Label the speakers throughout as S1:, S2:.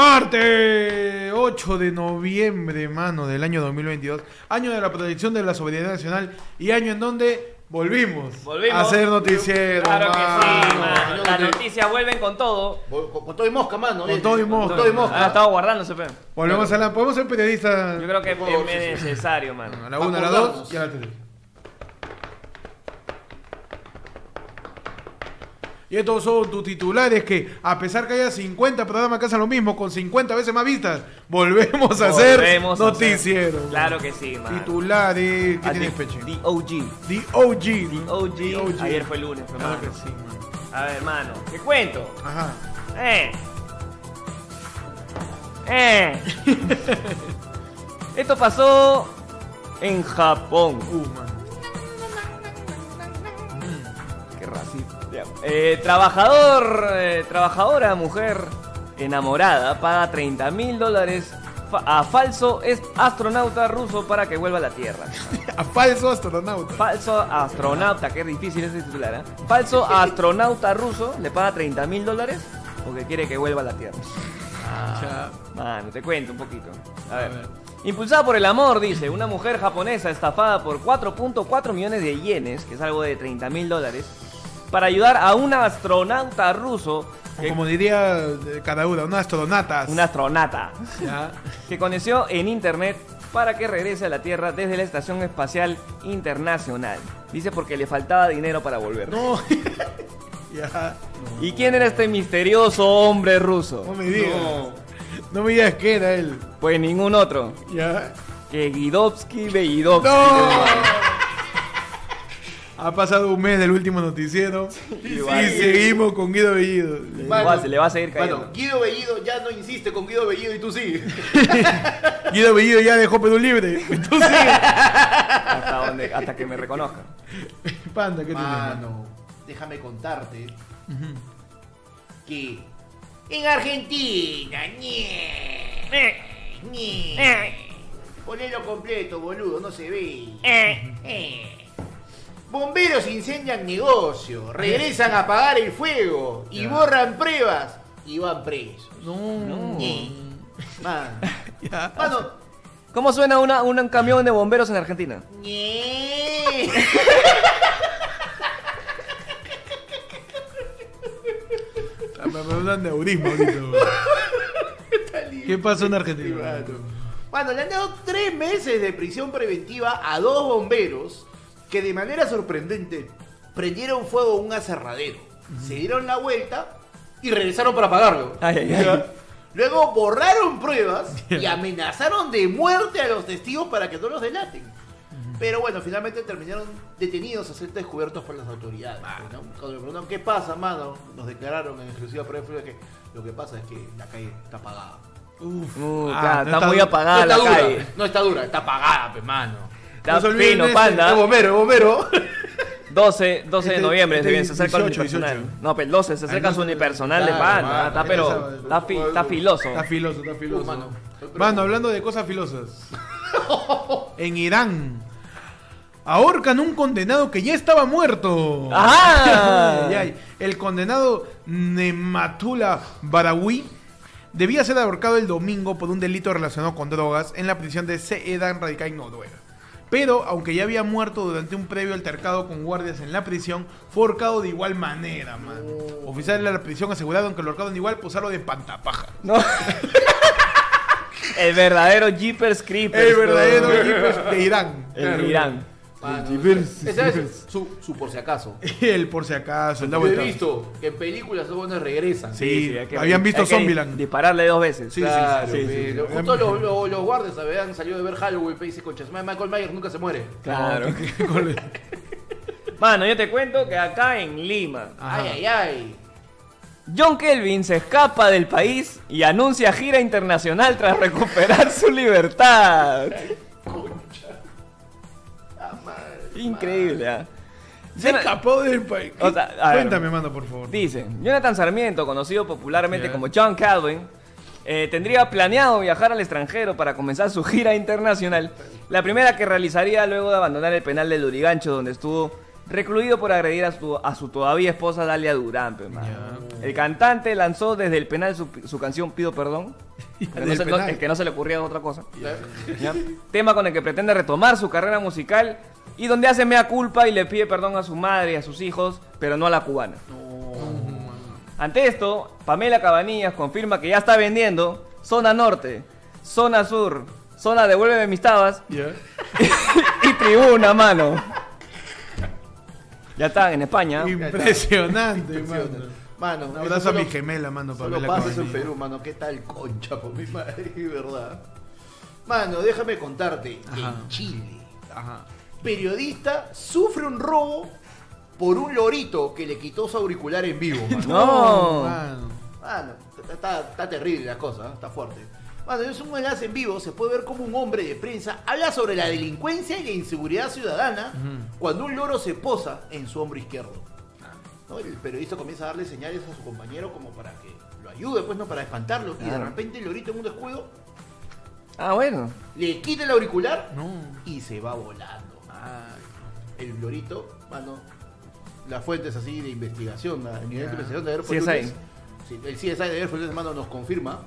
S1: Marte 8 de noviembre, mano, del año 2022, año de la protección de la soberanía nacional y año en donde volvimos,
S2: Volvimos.
S1: a hacer noticiero.
S2: Claro que sí,
S1: mano.
S2: mano. Las
S3: Noti-
S2: noticias vuelven con todo.
S3: Con, con todo y mosca, mano.
S1: Con todo y mosca.
S3: Con todo y mosca.
S2: Ah, estaba guardándose, pe. Yo
S1: Volvemos a la, podemos ser periodistas
S2: creo que
S3: Por
S2: es
S3: favor, sí, sí.
S2: necesario, mano.
S1: a la 1, a la 2 y a la 3. Y estos son tus titulares que, a pesar que haya 50 programas que hacen lo mismo, con 50 veces más vistas, volvemos a hacer
S2: Volvemos a hacer-
S1: noticiero.
S2: Claro que sí, mano.
S1: Titulares, ¿qué
S2: A
S1: tienes,
S2: ti-
S1: Peche?
S2: DOG.
S1: The OG. The
S2: OG.
S1: OG.
S2: Ayer fue lunes, pe,
S1: Claro Ah, que
S2: mano.
S1: sí, man.
S2: A ver, mano. Te cuento.
S1: Ajá.
S2: Eh. Eh. Esto pasó en Japón.
S1: Uh, man.
S2: Qué racista. Ya. Eh, trabajador, eh, trabajadora mujer enamorada paga 30 mil dólares fa- a falso es- astronauta ruso para que vuelva a la Tierra.
S1: A falso astronauta.
S2: Falso astronauta, qué difícil es titular, ¿eh? Falso astronauta ruso le paga 30 mil dólares porque quiere que vuelva a la Tierra.
S1: Ya.
S2: Mano, te cuento un poquito. A ver.
S1: ver.
S2: Impulsada por el amor, dice, una mujer japonesa estafada por 4.4 millones de yenes, que es algo de 30 mil dólares, para ayudar a un astronauta ruso,
S1: O
S2: que-
S1: como diría eh, cada una, unas astronatas.
S2: un astronauta,
S1: Ya.
S2: que conoció en internet para que regrese a la Tierra desde la Estación Espacial Internacional. Dice porque le faltaba dinero para volver.
S1: No. ya.
S2: ¿Y quién era este misterioso hombre ruso?
S1: No me digas. No. me digas que era él.
S2: Pues ningún otro
S1: Ya.
S2: que Guidovsky Bellidovsky.
S1: No. Ha pasado un mes del último noticiero y seguimos con Guido Bellido.
S2: Le va- se le va a seguir cayendo.
S3: Bueno, Guido Bellido ya no insiste con Guido Bellido y tú sí.
S1: Guido Bellido ya dejó Perú libre. Entonces,
S2: hasta, donde, hasta que me reconozcan.
S1: panda, ¿qué tienes?
S3: Mano, déjame contarte que en Argentina, ñe,
S1: Eh.
S3: ñe, ponelo completo, boludo, no se ve. Eh. Bomberos incendian
S1: Eh.
S3: negocio, regresan a apagar el fuego y borran pruebas y van presos.
S1: No.
S3: Ñe. Mano,
S1: Ya.
S3: mano,
S2: ¿Cómo suena una, un camión de bomberos en Argentina?
S3: ñe.
S1: Ah, Me me da un neurismo ahorita. güey. ¿Qué pasó en Argentina?
S3: Bueno, le han dado tres meses de prisión preventiva a dos bomberos que de manera sorprendente prendieron fuego a un aserradero. Se dieron la vuelta y regresaron para pagarlo.
S2: Ay, ay, ay.
S1: Ah,
S3: Ya. Luego borraron pruebas y amenazaron de muerte a los testigos para que no los delaten. Pero bueno, finalmente terminaron detenidos a ser descubiertos por las autoridades.
S2: Ah.
S3: pues, ¿no? Cuando me preguntaron qué pasa, mano, nos declararon en exclusiva para el Fútbol que lo que pasa es que la calle está apagada.
S1: Uf.
S2: Uh,
S1: Ah,
S2: claro,
S1: no
S2: está, muy
S1: du-
S2: apagada
S3: no
S2: la
S3: está dura,
S2: calle.
S3: no está dura, está apagada, pe mano.
S2: Está
S1: No se olviden
S2: fino,
S1: de ese-
S3: Es
S2: panda.
S3: bombero, es bombero.
S2: 12, 12 de
S1: Este-
S2: noviembre,
S1: este
S2: se viene, se acerca el
S1: 18,
S2: unipersonal.
S1: 18.
S2: No, pero el 12, se acerca
S1: Ay,
S2: su
S1: no,
S2: unipersonal de
S1: claro,
S2: pana.
S1: mano,
S2: Está,
S1: ya
S2: pero,
S1: sabes.
S2: está, fi- está filoso.
S1: Está filoso, está filoso.
S3: Uh, mano.
S1: mano. hablando de cosas filosas. en Irán. Ahorcan un condenado que ya estaba muerto.
S2: ¡Ajá!
S1: Ay, ay. El condenado Nematullah Barawi debía ser ahorcado el domingo por un delito relacionado con drogas en la prisión de Seedan radicada en Noruega. Pero, aunque ya había muerto durante un previo altercado con guardias en la prisión, fue ahorcado de igual manera, man. Oficiales de la prisión aseguraron que lo ahorcaron igual, pusarlo de pantapaja.
S2: No. el verdadero Jeepers Creepers.
S1: El verdadero
S2: bro.
S1: equipo de Irán.
S2: El Irán.
S3: Esa es su, su por si acaso.
S1: El por si acaso, el
S3: Yo
S1: double
S3: he
S1: tap.
S3: visto que en películas los buenos regresan.
S1: Sí,
S2: hay que-
S1: habían visto
S2: hay que
S1: Zombieland.
S2: Dispararle dos veces.
S1: Sí,
S3: claro,
S1: sí, sí, sí,
S3: pero
S1: sí.
S3: justo los, los, los guardias habían salido de ver Halloween pues, y dice, concha, su madre, Michael Myers nunca se muere.
S2: Claro.
S1: Con el-
S2: Mano, yo te cuento que acá en Lima,
S1: Ajá.
S3: Ay, ay, ay.
S2: John Kelvin se escapa del país y anuncia gira internacional tras recuperar su libertad. Increíble. ¿ah?
S1: Se
S2: Jona-
S1: escapó del país.
S2: O sea, a ver.
S1: Cuéntame, mano, por favor.
S2: Dice, Jonathan Sarmiento, conocido popularmente
S1: Ya.
S2: como John Calvin, eh, tendría planeado viajar al extranjero para comenzar su gira internacional, la primera que realizaría luego de abandonar el penal del Lurigancho donde estuvo recluido por agredir a su, a su todavía esposa Dalia Durán. pe, mano. El cantante lanzó desde el penal su, su canción Pido Perdón, pero no
S1: Del
S2: se- no-
S1: penal.
S2: el que no se le ocurría otra cosa. ¿Ya? Tema con el que pretende retomar su carrera musical y donde hace mea culpa y le pide perdón a su madre y a sus hijos, pero no a la cubana. Ante esto, Pamela Cabanillas confirma que ya está vendiendo zona norte, zona sur, zona devuélveme mis tabas
S1: Ya.
S2: y tribuna, mano. Ya están en España.
S1: Impresionante, mano.
S3: Mano,
S1: Un
S3: eso
S1: abrazo a
S3: solo-
S1: mi gemela, mano,
S3: Solo
S1: Pamela
S3: pasa eso en
S1: Cabanillas.
S3: Perú, mano. ¿Qué tal concha por mi madre? ¿Verdad? Mano, déjame contarte.
S1: Ajá.
S3: En Chile,
S1: Ajá.
S3: periodista sufre un robo por un lorito que le quitó su auricular en vivo, mano.
S2: No.
S1: Mano.
S3: Mano, está, está- está terrible la cosa, ¿eh? está fuerte. Mano, es un enlace en vivo, se puede ver como un hombre de prensa habla sobre la delincuencia y la inseguridad ciudadana cuando un loro se posa en su hombro izquierdo. ¿No? El periodista comienza a darle señales a su compañero como para que lo ayude, pues no para espantarlo. Y de
S2: Claro.
S3: repente el lorito en un descuido
S2: Ah, bueno.
S3: le quita el auricular
S1: No.
S3: y se va volando.
S1: Ah.
S3: mano. El lorito, mano, las fuentes así de investigación, a nivel de
S1: Ya.
S3: investigación de Aerfoil
S2: CSI.
S3: Lunes, sí, el CSI de Aerfoil Lunes, mano, nos confirma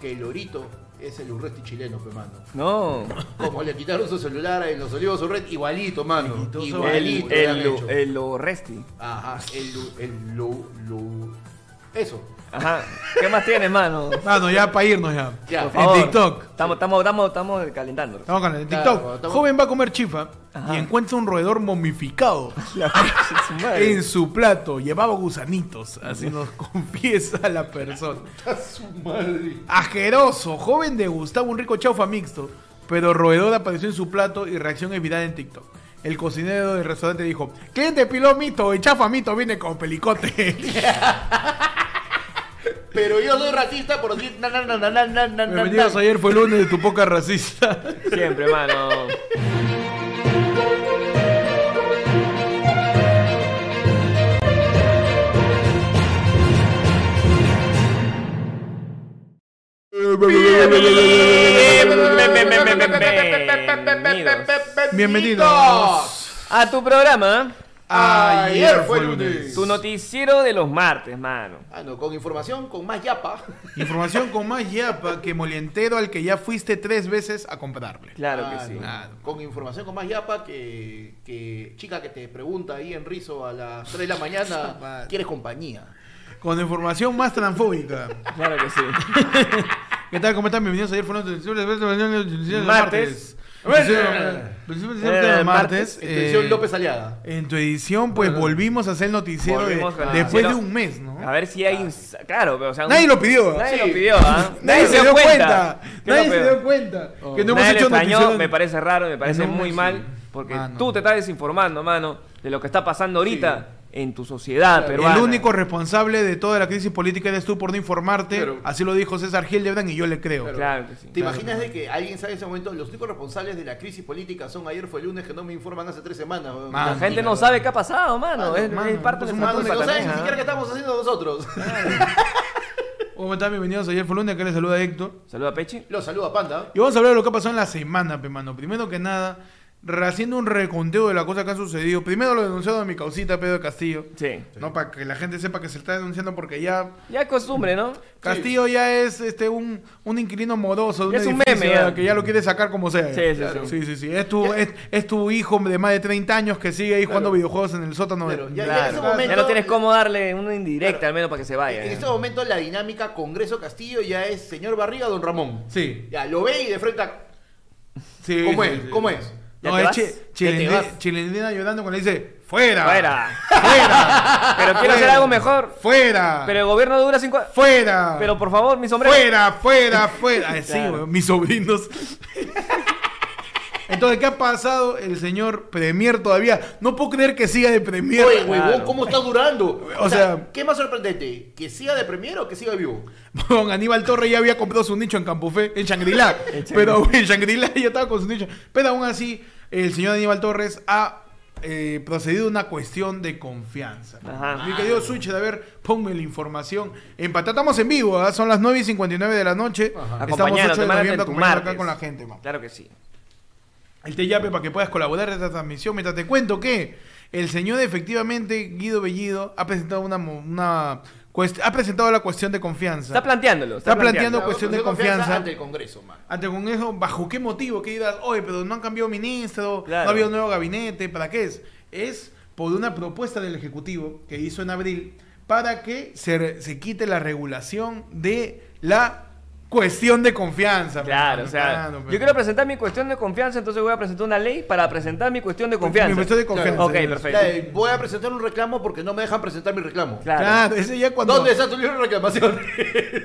S3: que el lorito es el urresti chileno, pues, mano.
S2: No.
S3: Como le quitaron su celular eh, en los olivos urret, igualito,
S1: Le
S3: mano.
S1: quitó su-
S3: Igualito.
S2: El,
S3: le han
S2: el,
S3: hecho.
S2: el Oresti.
S3: Ajá, el, lu- el lu- lu- Eso.
S2: Ajá. ¿Qué más tienes, mano?
S1: Mano, ya para irnos ya.
S3: Ya.
S2: Por
S3: En
S2: favor.
S1: TikTok.
S2: Estamos, estamos, estamos, estamos calentando.
S1: Estamos con el
S3: Claro,
S1: TikTok.
S3: estamos-
S1: Joven va a comer chifa
S2: Ajá.
S1: y encuentra un roedor momificado
S2: La concha de su madre.
S1: en su plato. Llevaba gusanitos, así nos confiesa la persona.
S3: A su madre.
S1: Ajeroso, joven degustaba un rico chaufa mixto, pero roedor apareció en su plato y reacción es viral en TikTok. El cocinero del restaurante dijo, cliente piló mito, el chafa mito viene con pelicote.
S3: Pero yo soy racista por decir. na, na, na, na, na, na, na,
S1: Bienvenidos
S3: na.
S1: ayer, fue lunes de tu poca racista.
S2: Siempre, mano. Bienvenidos
S1: Bienvenidos.
S2: a tu programa,
S3: Ayer fue lunes.
S2: tu noticiero de los martes, mano.
S3: Ah, no, con información, con más yapa.
S1: Información con más yapa que molientero al que ya fuiste tres veces a comprarle.
S2: Claro que
S3: Ah,
S2: sí.
S3: no.
S1: Claro.
S3: Con información con más yapa que, que chica que te pregunta ahí en Rizo a las 3 de la mañana, ¿quieres compañía?
S1: Con información más transfóbica.
S2: Claro que sí.
S1: ¿Qué tal? ¿Cómo están? Bienvenidos ayer fueron los
S2: Martes. eh,
S1: Martes. Martes.
S3: Extensión
S1: eh,
S3: López Aliaga.
S1: En tu edición, pues volvimos a hacer el noticiero de-
S2: Volvimos con el
S1: después de
S2: noticiero.
S1: un mes, ¿no?
S2: A ver si hay. ins- Claro, pero o sea. un-
S1: Nadie lo pidió.
S2: Nadie
S3: Sí.
S2: lo pidió, ¿ah?
S1: Nadie se dio cuenta.
S2: Qué
S1: Nadie
S2: lo
S1: se
S2: peor.
S1: dio cuenta. Que no
S2: Nadie
S1: hemos
S2: lo
S1: hecho
S2: extrañó,
S1: noticiero.
S2: Me parece raro, me parece
S1: En un
S2: muy
S1: mes,
S2: mal.
S1: sí.
S2: Porque
S1: Mano.
S2: tú te estás desinformando, mano, de lo que está pasando ahorita en tu sociedad peruana.
S1: El único responsable de toda la crisis política eres tú por no informarte.
S3: Claro.
S1: Así lo dijo César Gil Lebran y yo le creo.
S2: Claro que sí.
S3: ¿Te imaginas de que alguien sabe en ese momento? Los únicos responsables de la crisis política son ayer fue el lunes que no me informan hace tres semanas. weón.
S1: Mano,
S2: La gente no sabe qué ha pasado, mano.
S3: Mano,
S2: es,
S1: Ah, mano,
S2: es parte
S1: es
S2: de
S1: un
S2: la
S3: Mano,
S1: montón
S3: ni-
S1: de
S3: no saben ni
S1: Ajá.
S3: siquiera qué estamos haciendo nosotros.
S1: ¿Cómo están? Bienvenidos ayer fue lunes. Acá les saluda Héctor.
S2: Saluda, Pechi.
S3: Los saluda Panda.
S1: Y vamos a hablar de lo que ha pasado en la semana, pe, mano. Primero que nada, re- haciendo un reconteo de las cosas que han sucedido. Primero lo denunciado de mi causita, Pedro Castillo.
S2: Sí.
S1: No, para que la gente sepa que se está denunciando porque ya.
S2: Ya es costumbre, ¿no?
S1: Castillo ya es este un, un inquilino moroso de
S2: Ya
S1: un
S2: es un
S1: edificio,
S2: meme, ya.
S1: que ya lo quiere sacar como sea.
S2: Sí, sí, sí.
S1: sí, sí, sí. Es tu, es, es tu hijo de más de 30 años que sigue ahí jugando videojuegos en el sótano. de-
S3: Claro, ya-
S2: Claro. Ya,
S3: en ese momento-
S2: no tienes cómo darle una indirecta
S3: Claro.
S2: al menos para que se
S3: En
S2: vaya. ¿eh?
S3: este momento la dinámica Congreso Castillo ya es señor Barriga, don Ramón.
S1: Sí.
S3: Ya, lo ve y de frente a...
S1: Sí,
S3: ¿Cómo
S1: sí,
S3: es?
S1: sí.
S3: ¿Cómo es?
S2: ¿Ya
S1: No,
S2: te
S1: es
S2: vas?
S1: chi-
S2: ¿Ya
S1: chilende-
S3: te vas?
S1: chilindrina llorando cuando le dice: ¡Fuera!
S2: Fuera.
S1: ¡Fuera!
S2: Pero quiero hacer
S1: Fuera.
S2: algo mejor.
S1: ¡Fuera!
S2: Pero el gobierno dura cinco años.
S1: ¡Fuera!
S2: Pero por favor, mi sombrero.
S1: ¡Fuera, fuera, fuera! Ay, sí,
S2: Claro.
S1: weón, mis sobrinos. Entonces, ¿qué ha pasado? El señor Premier todavía. No puedo creer que siga de Premier.
S3: Oye, huevón,
S2: Claro.
S3: ¿cómo está durando?
S1: O sea-
S3: ¿qué más sorprendente? ¿Que siga de premier o que siga vivo?
S1: Weón, Aníbal Torres ya había comprado su nicho en Campofé, en Shangri-La. pero weón, en Shangri-La ya estaba con su nicho. Pero aún así, el señor Aníbal Torres ha eh, procedido a una cuestión de confianza.
S2: Ajá.
S1: Mi querido Switch, a ver, ponme la información. Empatamos en vivo, ¿ah? son las 9 y 59 de la noche.
S2: Acompañándote,
S1: Estamos 8 de
S2: mano,
S1: noviembre
S2: en tu
S1: acompañando acá
S2: martes.
S1: con la gente, man.
S2: Claro que sí.
S1: el te yape para que puedas colaborar en esta transmisión. Mientras te cuento que el señor efectivamente, Guido Bellido, ha presentado una, mo- una cuest- ha presentado la cuestión de confianza.
S2: Está planteándolo. Está,
S1: Está planteando-
S2: planteando.
S1: cuestión de
S3: Yo
S1: confianza.
S3: ante el Congreso, man.
S1: Ante con eso, ¿bajo qué motivo? Que digas, oye, pero no han cambiado ministro,
S2: Claro.
S1: no ha habido nuevo gabinete, ¿para qué es? Es por una propuesta del Ejecutivo que hizo en abril para que se, re- se quite la regulación de la cuestión de confianza. pues,
S2: Claro, o sea,
S1: Claro,
S2: yo
S1: pero-
S2: quiero presentar mi cuestión de confianza, entonces voy a presentar una ley para presentar mi cuestión de confianza.
S1: Mi cuestión de confianza.
S2: Ok,
S3: Ya,
S2: perfecto.
S3: eh, Voy a presentar un reclamo porque no me dejan presentar mi reclamo.
S2: Claro.
S1: Claro, ese ya cuando...
S3: ¿Dónde está tu libro de reclamación?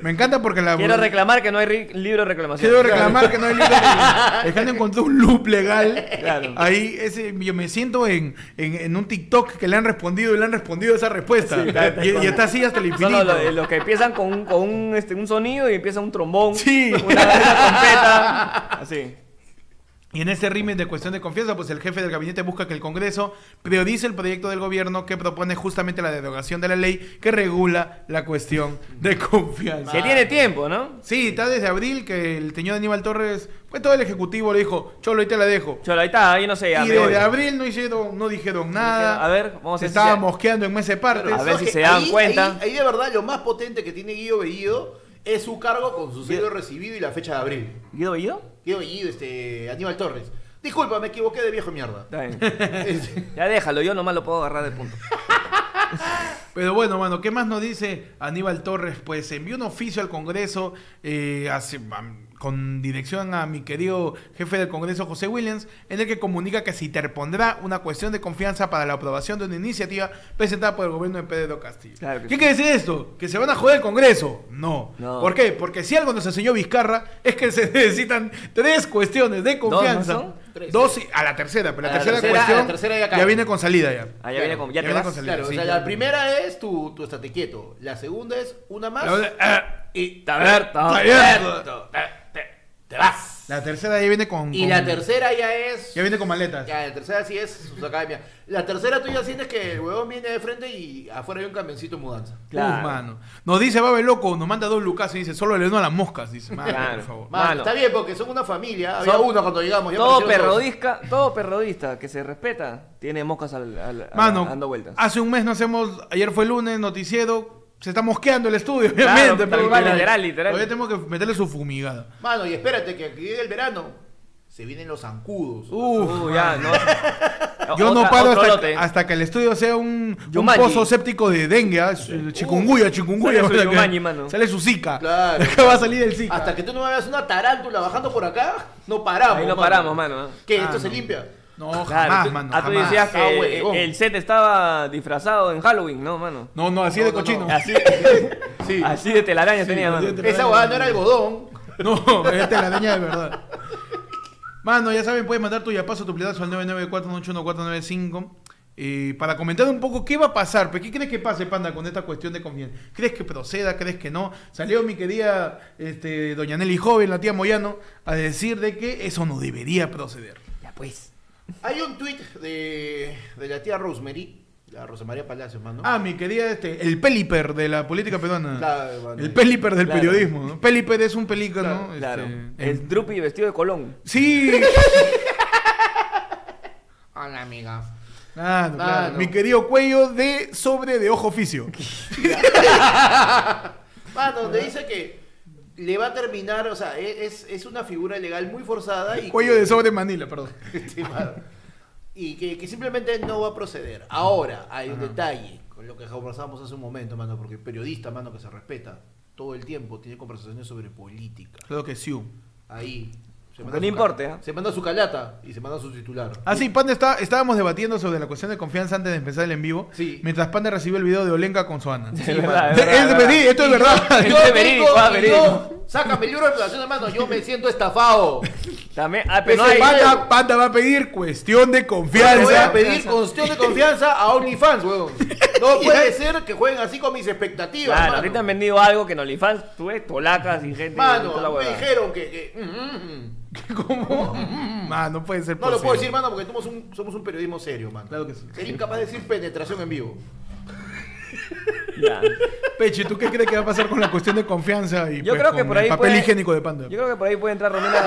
S1: Me encanta porque la...
S2: Quiero reclamar que no hay ri- libro de reclamación.
S1: Quiero reclamar que no hay libro de- Es que han encontrado un loop legal.
S2: Claro.
S1: Ahí ese, yo me siento en, en, en un TikTok que le han respondido y le han respondido esa respuesta.
S2: Sí, tal- tal
S1: y,
S2: cual.
S1: y está así hasta el
S2: Son
S1: infinito.
S2: los, los- los que empiezan con, un, con un, este, un sonido y empieza un trombón.
S1: Sí.
S2: Una, una trompeta. Así.
S1: Y en este rímel de cuestión de confianza, pues el jefe del gabinete busca que el Congreso priorice el proyecto del gobierno que propone justamente la derogación de la ley que regula la cuestión de confianza.
S2: Que tiene tiempo, ¿no?
S1: Sí, está desde abril que el señor Aníbal Torres, pues todo el ejecutivo le dijo, cholo, ahí te la dejo.
S2: Cholo, ahí está, ahí no sé. ya
S1: y
S2: me voy.
S1: desde abril no hicieron, no dijeron nada.
S2: A ver, vamos a
S1: Se
S2: ver si
S1: estaba
S2: se-
S1: mosqueando en meses partes.
S2: A ver si
S3: Es que
S2: se dan
S3: ahí-
S2: cuenta.
S3: Ahí, ahí de verdad lo más potente que tiene Guido Bellido es su cargo con su sueldo recibido y la fecha de abril.
S2: ¿Guido Bellido?
S3: Guido Bellido, este, Aníbal Torres. Disculpa, me equivoqué de viejo mierda.
S2: Está bien. Ya déjalo, yo nomás lo puedo agarrar de punto.
S1: Pero bueno, mano, ¿qué más nos dice Aníbal Torres? Pues envió un oficio al Congreso eh, hace- am- con dirección a mi querido jefe del Congreso, José Williams, en el que comunica que se interpondrá una cuestión de confianza para la aprobación de una iniciativa presentada por el gobierno de Pedro Castillo.
S2: Claro que
S1: ¿Qué
S2: sí.
S1: quiere decir esto? ¿Que se van a joder el Congreso? No.
S2: No.
S1: ¿Por qué? Porque si algo nos enseñó Vizcarra es que se necesitan tres cuestiones de
S2: ¿no
S1: confianza.
S2: son?
S3: Tres.
S1: Dos y- a la tercera, pero la
S3: A la
S1: tercera,
S3: tercera- a la
S1: cuestión
S3: tercera ya
S1: ya,
S3: cae.
S1: viene con salida ya.
S2: Ah, ya viene como.
S1: Ya
S2: Ya te
S1: viene
S2: vas.
S1: con salida.
S3: Claro,
S1: sí,
S3: o sea,
S1: ya.
S3: la primera es tu, tu estate quieto. La segunda es una más.
S1: La otra- ah.
S3: y
S2: Está abierto.
S1: Está abierto.
S3: te, te- te vas.
S1: La tercera ya viene con.
S3: Y
S1: con-
S3: la tercera ya es.
S1: Ya viene con maletas.
S3: Ya, la tercera sí es sus academias. La tercera tú ya sientes que el huevón viene de frente y afuera hay un camioncito de mudanza.
S1: Uf,
S2: Claro.
S1: mano. Nos dice Babe Loco, nos manda dos lucas y dice, solo le doy a las moscas. Dice, mano,
S2: Claro.
S1: por favor.
S3: Mano,
S2: Mano.
S3: está bien porque son una familia. Había
S2: Son-
S3: uno cuando llegamos. ya
S2: Todo
S3: aparecieron dos.
S2: perrodista, todo perrodista que se respeta tiene moscas al, al- a-
S1: Mano, Ah.
S2: dando vueltas.
S1: hace un mes no hacemos. Ayer fue lunes, noticiero. Se está mosqueando el estudio,
S2: Claro,
S1: obviamente.
S2: tal
S1: pero,
S2: cual,
S1: mano,
S2: literal, literal.
S1: Todavía tenemos que meterle su fumigada.
S3: Mano, y espérate que aquí llega el verano. Se vienen los zancudos.
S1: Uf,
S2: Uh, ya,
S1: mano.
S2: no.
S1: Yo
S2: Otra-
S1: no paro
S2: otro
S1: hasta,
S2: lote.
S1: hasta que el estudio sea un, un
S2: Yumanji.
S1: pozo séptico de dengue, ah, su- chikunguya, chikunguya.
S2: Sale su
S1: o sea que-
S2: Yumanji, mano. Ah,
S1: Sale su zika.
S3: Claro.
S1: Acá va a salir el zika.
S3: Hasta que tú no me veas una tarántula bajando por acá, no paramos.
S2: Ahí no paramos, mano.
S3: Que
S1: Ah,
S3: esto se
S1: no.
S3: limpia.
S1: No,
S2: Claro,
S1: jamás,
S2: tú-
S1: mano.
S2: ah, tú
S1: jamás.
S2: decías
S3: Ah,
S2: que
S3: huevón.
S2: el set estaba disfrazado en Halloween, ¿no, mano?
S1: No, no, así
S3: No,
S1: de
S3: no, no.
S1: cochino.
S2: Así,
S3: Sí.
S2: así de telaraña tenía,
S1: así de
S2: mano.
S1: telaraña.
S3: Esa huevada no era algodón.
S1: No, es telaraña de verdad. Mano, ya saben, puedes mandar tu yapazo, tu pletazo al 994-981-495. eh, para comentar un poco qué va a pasar, pero ¿qué crees que pase, Panda, con esta cuestión de confianza? ¿Crees que proceda? ¿Crees que no? Salió mi querida este, Doña Nelly Joven, la tía Moyano, a decir de que eso no debería proceder.
S2: Ya pues.
S3: Hay un tweet de, de la tía Rosemary, la Rosemaría Palacios, mano.
S1: Ah, mi querida, este, el Peliper de la política peruana.
S3: Claro, mano.
S1: el Peliper del
S2: Claro.
S1: periodismo. ¿no? Peliper es un pelícano. este,
S2: Claro.
S1: en-
S2: El Drupi vestido de Colón.
S1: Sí.
S3: Hola, amiga.
S1: Claro, claro.
S3: Claro.
S1: Mi querido cuello de sobre de ojo oficio.
S3: Mano, donde dice que le va a terminar, o sea, e- es, es una figura legal muy forzada y.
S1: Cuello de sobre Manila, perdón.
S3: Sí, mano. Y que, que simplemente no va a proceder. Ahora, hay un detalle con lo que conversamos hace un momento, mano, porque el periodista, mano, que se respeta todo el tiempo, tiene conversaciones sobre política.
S1: Claro que sí.
S3: Ahí. Se
S2: Aunque no
S3: su
S2: importe,
S3: cal-
S2: ¿ah?
S3: Se manda su calata y se manda su titular.
S1: Ah, sí, Panda está, estábamos debatiendo sobre la cuestión de confianza antes de empezar el en vivo.
S3: Sí.
S1: Mientras Panda recibió el video de Olenka con Soana.
S2: Es verdad, es
S1: Es
S2: verdad, es verdad.
S1: verí- esto es verdad.
S2: Yo- es verídico,
S3: tengo-
S2: ah, verídico.
S3: yo- sácame el libro de relaciones, mano, yo me siento estafado.
S2: También, ah, pero no hay-
S3: Ese
S1: Panda, Panda va a pedir cuestión de
S3: Le voy a
S1: confianza.
S3: pedir cuestión de confianza a OnlyFans, weón. No puede ser que jueguen así con mis expectativas,
S2: Claro,
S3: mano.
S2: ahorita han vendido algo que en OnlyFans tuve tolacas y gente. y toda la
S3: Mano, me
S2: huevada.
S3: dijeron que... que- mm, mm, mm.
S1: ¿Cómo? Ah, no puede ser
S3: No lo
S1: posible.
S3: puedo decir, mano, porque somos un, somos un periodismo serio, mano.
S1: Claro que sí.
S3: Sería incapaz de decir penetración en vivo.
S2: Ya.
S1: Peche, ¿tú qué crees que va a pasar con la cuestión de confianza y
S2: Yo
S1: pues,
S2: creo que
S1: con
S2: por
S1: el
S2: ahí
S1: papel
S2: puede-
S1: higiénico de Panda?
S2: Yo creo que por ahí puede entrar Romina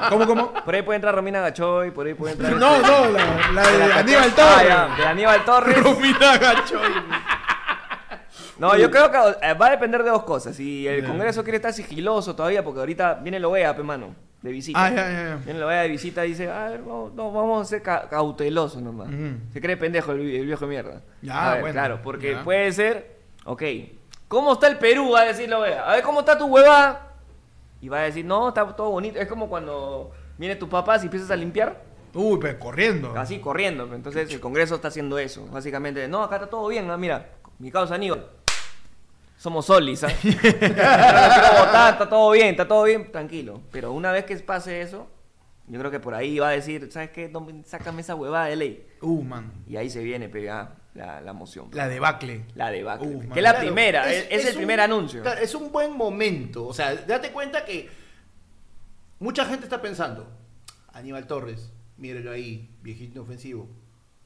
S2: Gachoy.
S1: ¿Cómo, cómo?
S2: Por ahí puede entrar Romina Gachoy, por ahí puede entrar. este,
S1: No, no, la, la de Aníbal
S2: Ah,
S1: Torres.
S2: ya, de Aníbal Torres.
S1: Romina Gachoy.
S2: No, yo creo que eh, va a depender de dos cosas. Si el Congreso quiere estar sigiloso todavía, porque ahorita viene la OEA, pe mano, de visita.
S1: Ah, ya, ya, ya.
S2: Viene la OEA de visita y dice, a ver, vamos, no, vamos a ser ca- cautelosos nomás.
S1: Ujú.
S2: Se cree pendejo el, vi- el viejo de mierda.
S1: Ya,
S2: A ver,
S1: bueno,
S2: Claro, porque
S1: ya.
S2: puede ser, ok, ¿cómo está el Perú? Va a decir la OEA. A ver, ¿cómo está tu huevada? Y va a decir, no, está todo bonito. Es como cuando vienen tus papás y empiezas a limpiar.
S1: Uy, pero corriendo.
S2: Así corriendo. pues, Entonces el Congreso está haciendo eso. Básicamente, no, acá está todo bien. Ah, mira, mi causa Aníbal. Somos solis, ¿ah? No lo quiero votar, está todo bien, está todo bien, tranquilo. Pero una vez que pase eso, yo creo que por ahí va a decir, ¿sabes qué? No me- sácame esa huevada de ley.
S1: Uh, man.
S2: Y ahí se viene pe, ah, la, la moción. La,
S1: La debacle.
S2: debacle.
S1: Uh,
S2: pe,
S1: man.
S2: que es la
S3: Claro,
S2: primera, es, es el
S3: un-
S2: primer anuncio.
S3: claro, es un buen momento. O sea, date cuenta que mucha gente está pensando, Aníbal Torres, mírelo ahí, viejito ofensivo.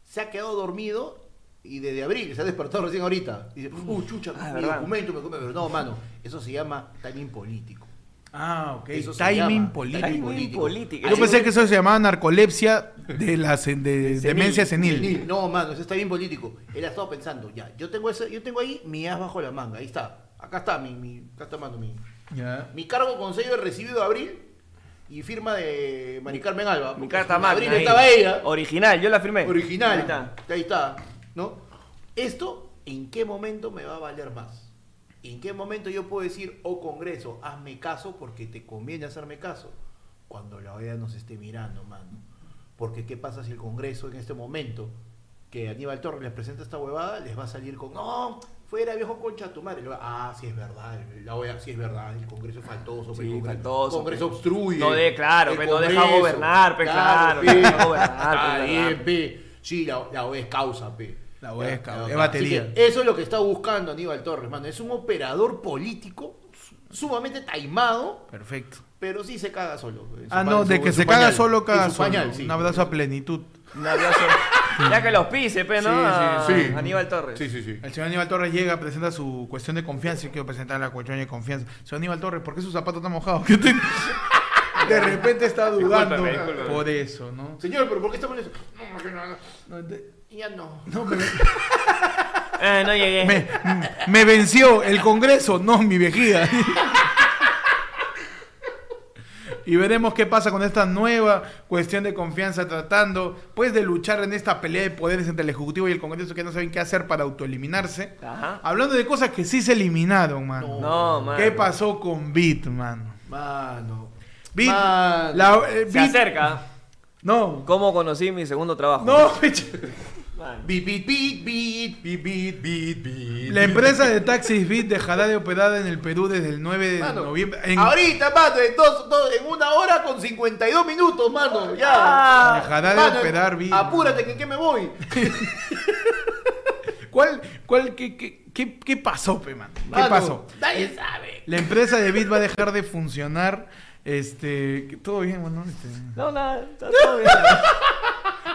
S3: Se ha quedado dormido y desde abril, se ha despertado recién ahorita. Dice, uh, chucha,
S2: Ah,
S3: mi
S2: verdad.
S3: documento me come. Pero no, mano, eso se llama timing político.
S1: Ah, ok.
S3: Eso se
S1: Timing
S3: llama
S1: político.
S2: Timing
S3: político.
S2: político.
S1: Yo pensé que eso se llamaba narcolepsia de la sen- de, demencia senil.
S3: Senil. No, mano, eso está bien político. Él ha estado pensando, ya, yo tengo ese, yo tengo ahí mi as bajo la manga, ahí está. Acá está mi, mi acá está mano mi.
S1: Ya.
S3: Mi cargo con sello recibido de abril y firma de Mari Carmen Alba.
S2: Mi
S3: Porque
S2: carta
S3: en
S2: magna.
S3: Abril
S2: ahí.
S3: estaba ella,
S2: Original, yo la firmé.
S3: original.
S2: Ahí está.
S3: Ahí está, ¿no? Esto, ¿en qué momento me va a valer más? ¿En qué momento yo puedo decir, oh Congreso, hazme caso porque te conviene hacerme caso? Cuando la OEA nos esté mirando, mano. Porque ¿qué pasa si el Congreso en este momento que Aníbal Torres les presenta esta huevada, les va a salir con, no, fuera viejo concha tu madre. Y luego, Ah, sí es verdad, la OEA sí es verdad, el Congreso es faltoso, pe, el
S2: Sí,
S3: Congreso,
S2: faltoso,
S3: Congreso
S2: pe.
S3: obstruye.
S2: No de- claro,
S3: el
S2: pe, no deja gobernar, pe, claro,
S3: pe.
S2: no deja gobernar, pe,
S3: Está
S2: verdad,
S3: bien, pe. Sí, la, la OEA es causa, pe.
S1: La OEA es causa,
S3: La
S1: es
S3: OEA.
S1: batería.
S3: Así que eso es lo que está buscando Aníbal Torres, mano. Es un operador político sumamente taimado,
S1: Perfecto.
S3: pero sí se caga solo. pe, en su
S1: Ah,
S3: pa-
S1: no,
S3: en
S1: de
S3: su-
S1: que
S3: en
S1: se
S3: su
S1: caga
S3: pañal,
S1: solo, caga
S3: en su
S1: solo.
S3: pañal, sí.
S1: Un abrazo a plenitud.
S2: Un abrazo. Ya que los pise, pe, ¿no?
S1: Sí,
S2: A-
S1: sí, sí.
S2: Aníbal Torres.
S3: Sí, sí, sí.
S1: El señor Aníbal Torres llega, presenta su cuestión de confianza. y quiero presentar la cuestión de confianza. Señor Aníbal Torres, ¿por qué su zapato está mojado? ¿Qué te- De repente está dudando.
S2: Discúlpame, discúlpame.
S1: Por eso, ¿no?
S3: Señor, pero ¿por qué estamos en eso? No, que no, no. Ya no.
S1: No, me,
S2: Eh, no llegué.
S1: me- me venció el Congreso, no mi vejiga. Y veremos qué pasa con esta nueva cuestión de confianza tratando, pues, de luchar en esta pelea de poderes entre el Ejecutivo y el Congreso que no saben qué hacer para autoeliminarse.
S2: Ajá.
S1: Hablando de cosas que sí se eliminaron, mano.
S2: No, man.
S1: ¿Qué pasó con Bit, mano?
S3: Mano.
S1: Bit,
S3: Mano.
S1: la- eh,
S2: Se
S1: Bit-
S2: acerca.
S1: No,
S2: ¿Cómo conocí mi segundo trabajo?
S1: no, peche.
S2: Man.
S3: Beat, beat, beat, beat, beat, beat, beat, beat.
S1: La empresa de taxis Bit dejará de operar en el Perú desde el 9 de
S3: Mano,
S1: noviembre. En-
S3: Ahorita, mano, en, dos- dos- en una hora con 52 minutos, mano. Ya.
S2: Ah,
S1: dejará de
S3: Mano,
S1: operar Bit.
S3: Apúrate, que, que me voy.
S1: ¿Cuál, cuál, qué, qué, qué, qué pasó, pe, mano? ¿Qué
S3: Mano,
S1: pasó?
S3: Nadie sabe.
S1: La empresa de Bit va a dejar de funcionar. Este, que- todo bien, mano. Este...
S2: No, nada, está todo bien.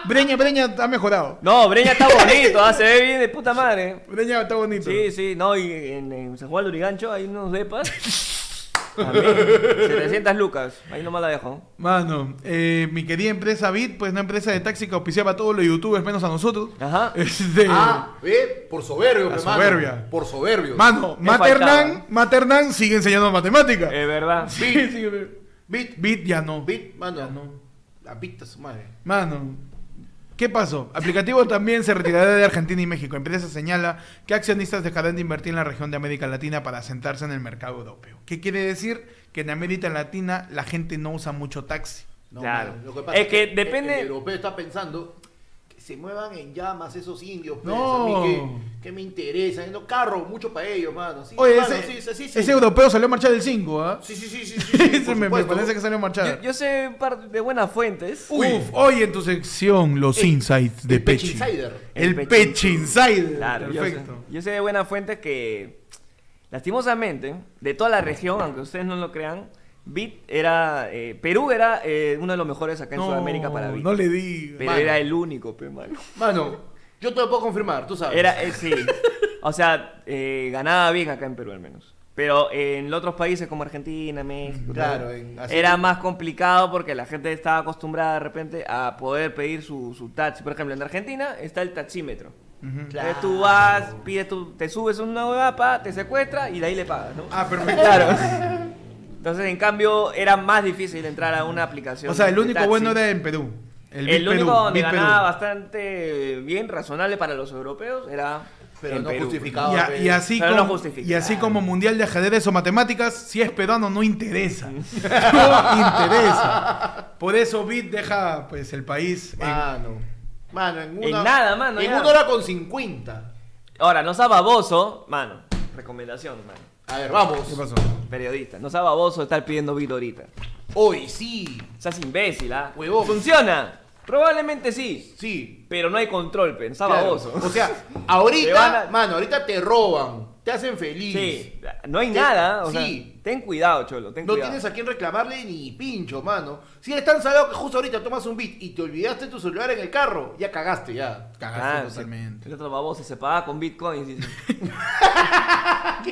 S1: Breña, Breña ha mejorado.
S2: No, Breña está bonito, ah, se ve bien de puta madre.
S1: Breña está bonito.
S2: Sí, sí, no, y en, en San Juan de Lurigancho hay unos depas. También, 700 lucas, ahí nomás la dejo.
S1: Mano, eh, mi querida empresa Bit, pues una empresa de taxi que auspiciaba a todos los youtubers menos a nosotros.
S2: Ajá.
S1: Este,
S3: Ah, ve, por soberbio,
S1: La
S3: hermano.
S1: soberbia.
S3: Por soberbio.
S1: mano,
S2: ¿Qué faltaba? Eh,
S1: Maternán, Maternán sigue enseñando matemáticas.
S2: Es verdad.
S1: sí, sí, pero-
S3: Beat,
S1: Bit ya no.
S3: beat, mano.
S1: Ya no.
S3: La pita su madre.
S1: Mano, ¿qué pasó? Aplicativo también se retirará de Argentina y México. Empresa señala que accionistas dejarán de invertir en la región de América Latina para sentarse en el mercado europeo. ¿Qué quiere decir? Que en América Latina la gente no usa mucho taxi.
S2: Claro.
S3: mano,
S2: Es que depende-
S3: El, el europeo está pensando que se muevan en llamas esos indios. pues,
S1: No.
S3: a mí que, que me interesa. No carro, mucho para ellos, mano. Sí,
S1: Oye,
S3: mano,
S1: ese,
S3: sí, sí, sí,
S1: ese
S3: sí.
S1: europeo salió a marchar el 5, ¿ah?
S3: Sí, sí, sí, sí, sí, sí,
S1: Ese me,
S3: por
S1: me
S3: supuesto.
S1: parece que salió a marchar.
S2: Yo, yo sé un par de buenas fuentes.
S1: Uf, hoy en tu sección, los
S3: El-
S1: insights de
S3: el Pech
S1: Pechi.
S3: Insider.
S1: El
S2: El Pech
S1: Pech Insider.
S2: Claro, yo sé,
S1: Perfecto.
S2: yo sé de buena fuente que, lastimosamente, de toda la región, aunque ustedes no lo crean, Bit era. eh, Perú era eh, uno de los mejores acá en Sudamérica para Bit.
S1: no le digas.
S2: pero
S3: mano.
S2: era el único, pe, mano.
S3: Mano, yo te lo puedo confirmar, tú sabes.
S2: Era, eh, sí. O sea, eh, ganaba bien acá en Perú al menos. Pero en otros países como Argentina, México,
S3: Claro,
S2: tal,
S3: en- así
S2: era
S3: que-
S2: más complicado porque la gente estaba acostumbrada de repente a poder pedir su, su taxi. Por ejemplo, en Argentina está el taxímetro. Entonces
S3: Claro.
S2: tú vas, pides tu, te subes una huevada, pa, te secuestra y de ahí le pagas, ¿no?
S1: Ah, perfecto.
S2: Claro. Entonces, en cambio, era más difícil entrar a una aplicación.
S1: O sea, el
S2: de
S1: único
S2: taxi.
S1: bueno era en Perú. El,
S2: El,
S1: Big
S2: único
S1: Perú,
S2: donde
S1: Big Perú.
S2: ganaba bastante bien, razonable para los europeos, era.
S3: Pero
S2: en
S3: no
S2: Perú.
S3: justificado.
S1: Y, a- y así
S2: Pero no
S1: como,
S2: justifica.
S1: y así como mundial de ajedrez o matemáticas, si es peruano no
S2: Mm.
S1: interesa. No interesa. Por eso Bit deja pues el país en-
S3: Mano. Mano, en una.
S2: En nada, mano,
S3: En
S2: ya.
S3: una hora con 50.
S2: Ahora, no sea baboso, mano. Recomendación, mano.
S3: A ver, vamos.
S1: ¿Qué pasó?
S2: Periodista, no sea baboso de estar pidiendo bit ahorita.
S3: Hoy sí.
S2: Seas imbécil, ¿ah?
S3: Huevón.
S2: ¿Funciona? Probablemente sí.
S3: Sí.
S2: Pero no hay control, pensaba
S3: claro.
S2: baboso.
S3: O sea,
S2: Te van
S3: ahorita,
S2: a-
S3: mano, ahorita te roban. Te hacen feliz.
S2: sí, no hay
S3: Te-
S2: nada. O
S3: sí.
S2: sea, ten cuidado, Cholo. Ten
S3: No
S2: cuidado.
S3: tienes a quien reclamarle ni pincho, mano. Si eres tan salado que justo ahorita tomas un beat y te olvidaste tu celular en el carro, ya cagaste, ya.
S1: Cagaste
S2: Ah,
S1: totalmente.
S2: El otro baboso se pagaba con bitcoins. dice.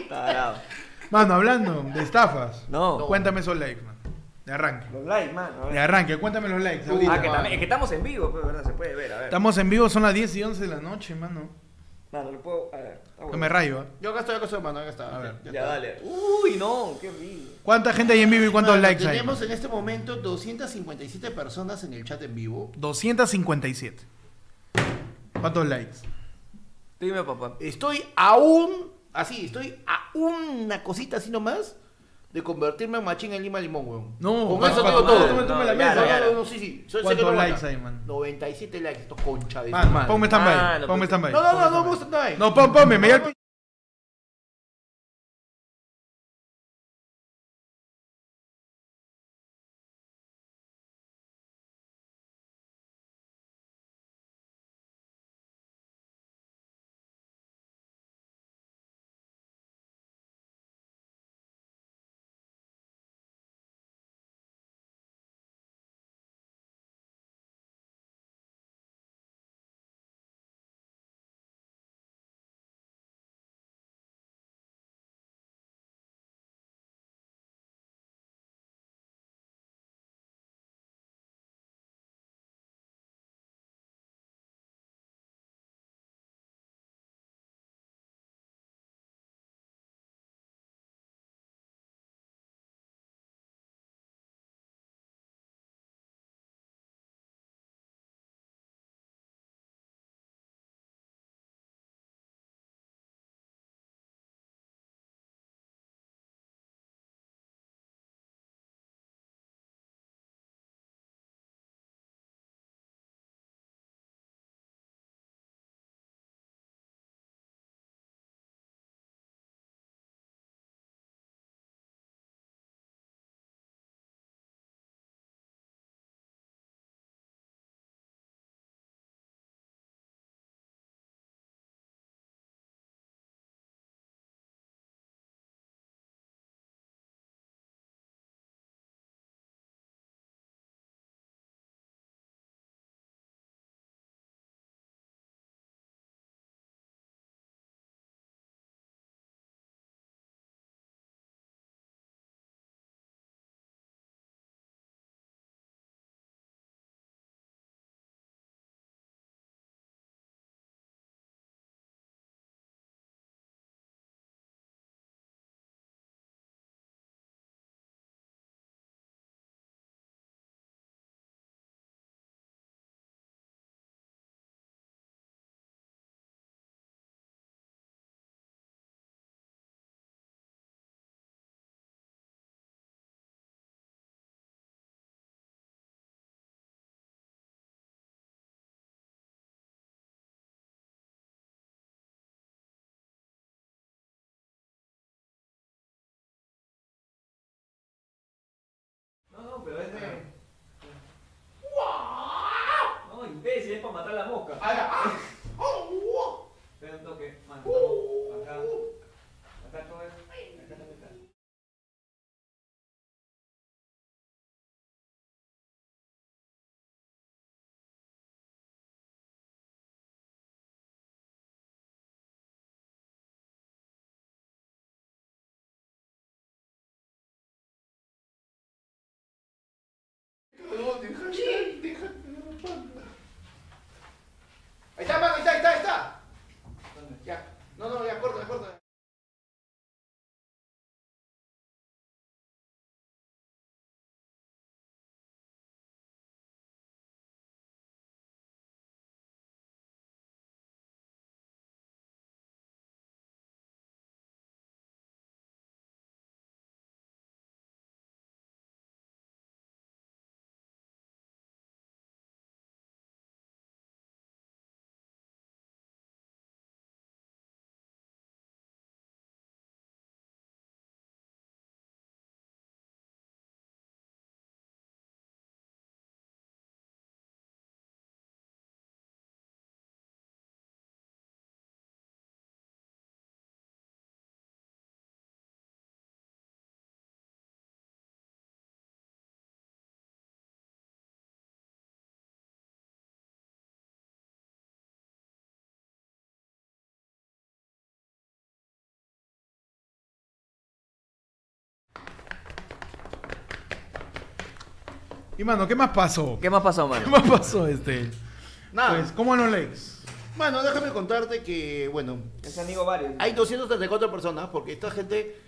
S2: Tarado.
S1: Mano, hablando de estafas.
S2: No.
S1: Cuéntame esos likes, man. De arranque.
S2: Los likes, mano. a
S1: De
S2: ver.
S1: arranque, cuéntame los likes. ahorita.
S2: Ah, que también- es que estamos en vivo, pues, ¿verdad? Se puede ver, a ver.
S1: Estamos en vivo, son las 10 y 11 de la noche, mano.
S2: Mano, lo puedo. A ver. está
S1: Que
S2: bueno.
S1: me rayo, ¿ah?
S3: Yo acá estoy, acá estoy, mano, acá está.
S1: A ver.
S2: Ya, dale. Uy, no, qué rico.
S1: ¿Cuánta gente hay en vivo y cuántos
S3: Mano,
S1: likes hay?
S3: Tenemos
S1: mano?
S3: en este momento 257 personas en el chat en vivo.
S1: 257. ¿Cuántos likes?
S2: Dime, papá.
S3: Estoy aún, así, estoy a una cosita así nomás de convertirme en machín en Lima Limón, weón.
S1: No,
S3: con
S1: pa-
S3: eso
S1: pa-
S3: digo
S1: pa-
S3: todo.
S1: tú me- tú me la
S3: No,
S2: ya,
S3: no,
S2: ya,
S3: no,
S2: ya.
S3: no, sí, sí. Soy- sé
S1: ¿Cuántos
S3: que no
S1: likes
S3: mata.
S1: hay, man?
S3: 97 likes, esto concha de
S1: Man,
S3: su madre.
S1: ponme stand-by.
S2: Ah, no,
S1: ponme
S2: pues-
S1: stand-by.
S3: No, no, no, no,
S1: ponme
S3: vos
S1: stand-by.
S3: no hay.
S1: No, pon, ponme, me dio el pi-
S2: No, no, pero es de. No, imbécil, es para matar la mosca. Espera un toque, mano. Acá. Acá todo esto. Acá también está.
S3: deja, deja, Ahí está, mano, ahí está, ahí está, ahí está. Ya. No, no, ya corta, ya corta.
S1: Y mano, ¿qué más pasó?
S2: ¿Qué más pasó,
S1: ¿Qué
S2: mano?
S1: más pasó este?
S3: Nada.
S1: Pues, ¿cómo no lees?
S3: Mano, déjame contarte que, bueno,
S2: Es amigo varios.
S3: hay 234 personas porque esta gente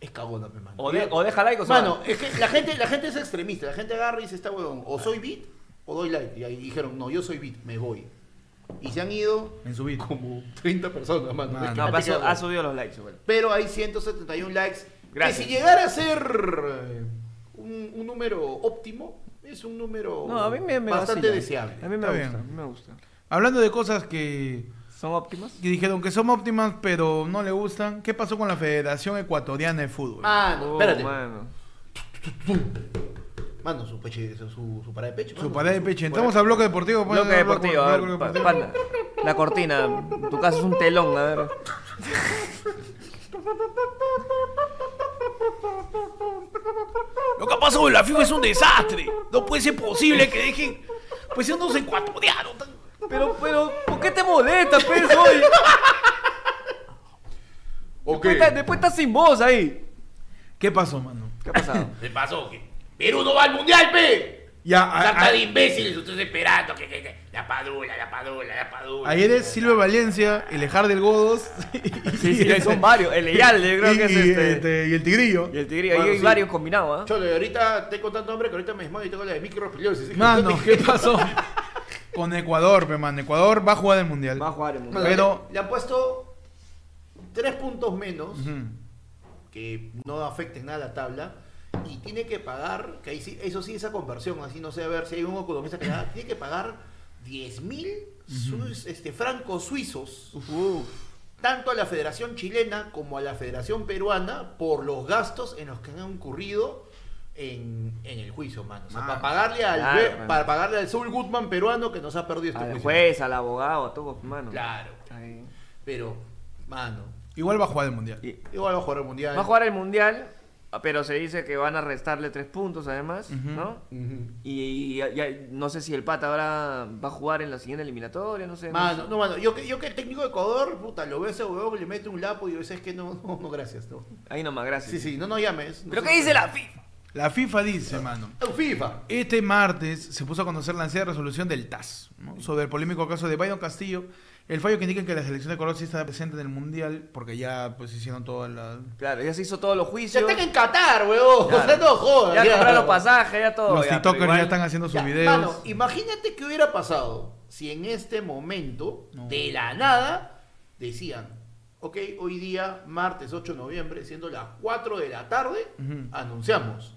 S3: es cagona, pe, mano.
S2: O, de- o deja like o se
S3: Mano,
S2: va.
S3: es que la gente, la gente es extremista. La gente agarra y dice, está huevón, o soy beat o doy like. Y ahí dijeron, no, yo soy beat, me voy. Y se han ido
S1: En su vida.
S3: como 30 personas, mano.
S1: Mano.
S3: Es que
S2: No,
S3: no
S2: pero
S3: te
S2: ha su-
S3: queda
S2: ha
S3: huevo.
S2: subido los likes, igual.
S3: Pero hay 171 likes.
S2: Gracias.
S3: Que si llegara a ser eh, un, un número óptimo, es un número
S2: No, a mí me, me
S3: bastante
S2: vacila.
S3: deseable.
S2: A mí me
S1: Está
S2: gusta,
S1: bien.
S2: a mí me gusta.
S1: Hablando de cosas que,
S2: ¿Son óptimas?
S1: que dijeron que son óptimas, pero no le gustan, ¿qué pasó con la Federación Ecuatoriana de Fútbol?
S3: Mano,
S2: Oh,
S3: espérate.
S2: mano.
S3: Mano, su, peche, su, su parada de pecho.
S1: su
S3: mano.
S1: pared de pecho. Entramos a bloque deportivo. pues,
S2: Bloque
S1: a
S2: deportivo, a ver,
S1: bloque
S2: pa-
S1: deportivo.
S2: panda. La cortina, en tu caso es un telón, a ver.
S4: Lo que ha pasado en la FIFA es un desastre. No puede ser posible que dejen. Pues unos ecuatorianos.
S2: Pero, pero, ¿por qué te molestas, pues, hoy?
S3: Ok.
S2: Después estás- Después estás sin voz ahí.
S1: ¿Qué pasó, mano?
S2: ¿Qué ha pasado?
S5: ¿Qué pasó? ¿Qué? Perú no va al mundial, pe.
S1: Ya, a-
S5: Carta
S1: a-
S5: de imbéciles, ustedes esperando que, que- que- la padula, la padula, la padula.
S1: ayer es Silvio Valencia, el Ejar del Godos.
S2: Sí, sí, son varios. El Eyal, yo creo
S1: y-
S2: que es
S1: y,
S2: este.
S1: Y el Tigrillo.
S2: Y el tigrillo, ahí
S3: Bueno,
S2: hay
S3: sí.
S2: varios combinados, ¿ah?
S3: Cholo, y ahorita tengo tanto hambre que ahorita me desmayo y tengo la de microfilosis.
S1: Mano, ¿qué pasó? con Ecuador, pe, mano. Ecuador va a jugar el mundial.
S2: Va a jugar el mundo.
S1: Pero-
S3: Pero... Le han puesto tres puntos menos
S1: Ujú.
S3: que no afecten nada a la tabla. Y tiene que pagar, que ahí sí, eso sí, esa conversión, así no sé, a ver si hay un economista que nada, tiene que pagar 10 mil este, francos suizos, tanto a la Federación Chilena como a la Federación Peruana, por los gastos en los que han incurrido en, en el juicio, mano. O sea,
S1: Mano.
S3: para, pagarle al,
S2: Claro,
S3: jue-
S2: mano.
S3: para pagarle al Saul Goodman peruano que nos ha perdido este
S2: Al
S3: juicio.
S2: juez, al abogado, a todos, mano.
S3: Claro,
S2: Ahí.
S3: pero, mano,
S1: Igual va a jugar el mundial.
S2: Y-
S3: igual va a jugar el mundial.
S2: Va a jugar el mundial, pero se dice que van a restarle tres puntos además, ¿no?
S3: Ujú.
S2: Y, y- y- no sé si el pata ahora va a jugar en la siguiente eliminatoria, no sé. no sé.
S3: Mano, no, mano, yo que, yo que el técnico de Ecuador, puta, lo veo a ese huevón, le mete un lapo y yo es que no, no, no, gracias, no.
S2: Ahí nomás, gracias.
S3: Sí, sí, no, no llames. no
S2: ¿Pero
S3: sé-
S2: qué dice la FIFA?
S1: La FIFA dice, mano.
S3: Eh, FIFA.
S1: Este martes se puso a conocer la ansiada resolución del TAS ¿no? sobre el polémico caso de Byron Castillo. El fallo que indica que la selección de Ecuador sí está presente en el mundial porque ya pues hicieron todas las.
S2: Claro, ya se hizo todos los
S3: Ya
S2: juicios.
S3: están en Qatar, huevón.
S2: Claro.
S3: O sea, no jodas.
S2: Ya compraron los pasajes, ya todo.
S1: Los
S2: Oh, ya, pero
S1: TikTokers
S2: igual-
S1: ya están haciendo sus
S3: Ya,
S1: videos.
S3: Mano, imagínate qué hubiera pasado si en este momento, de la nada, decían, ok, hoy día, martes 8 de noviembre, siendo las 4 de la tarde,
S1: Ujú.
S3: anunciamos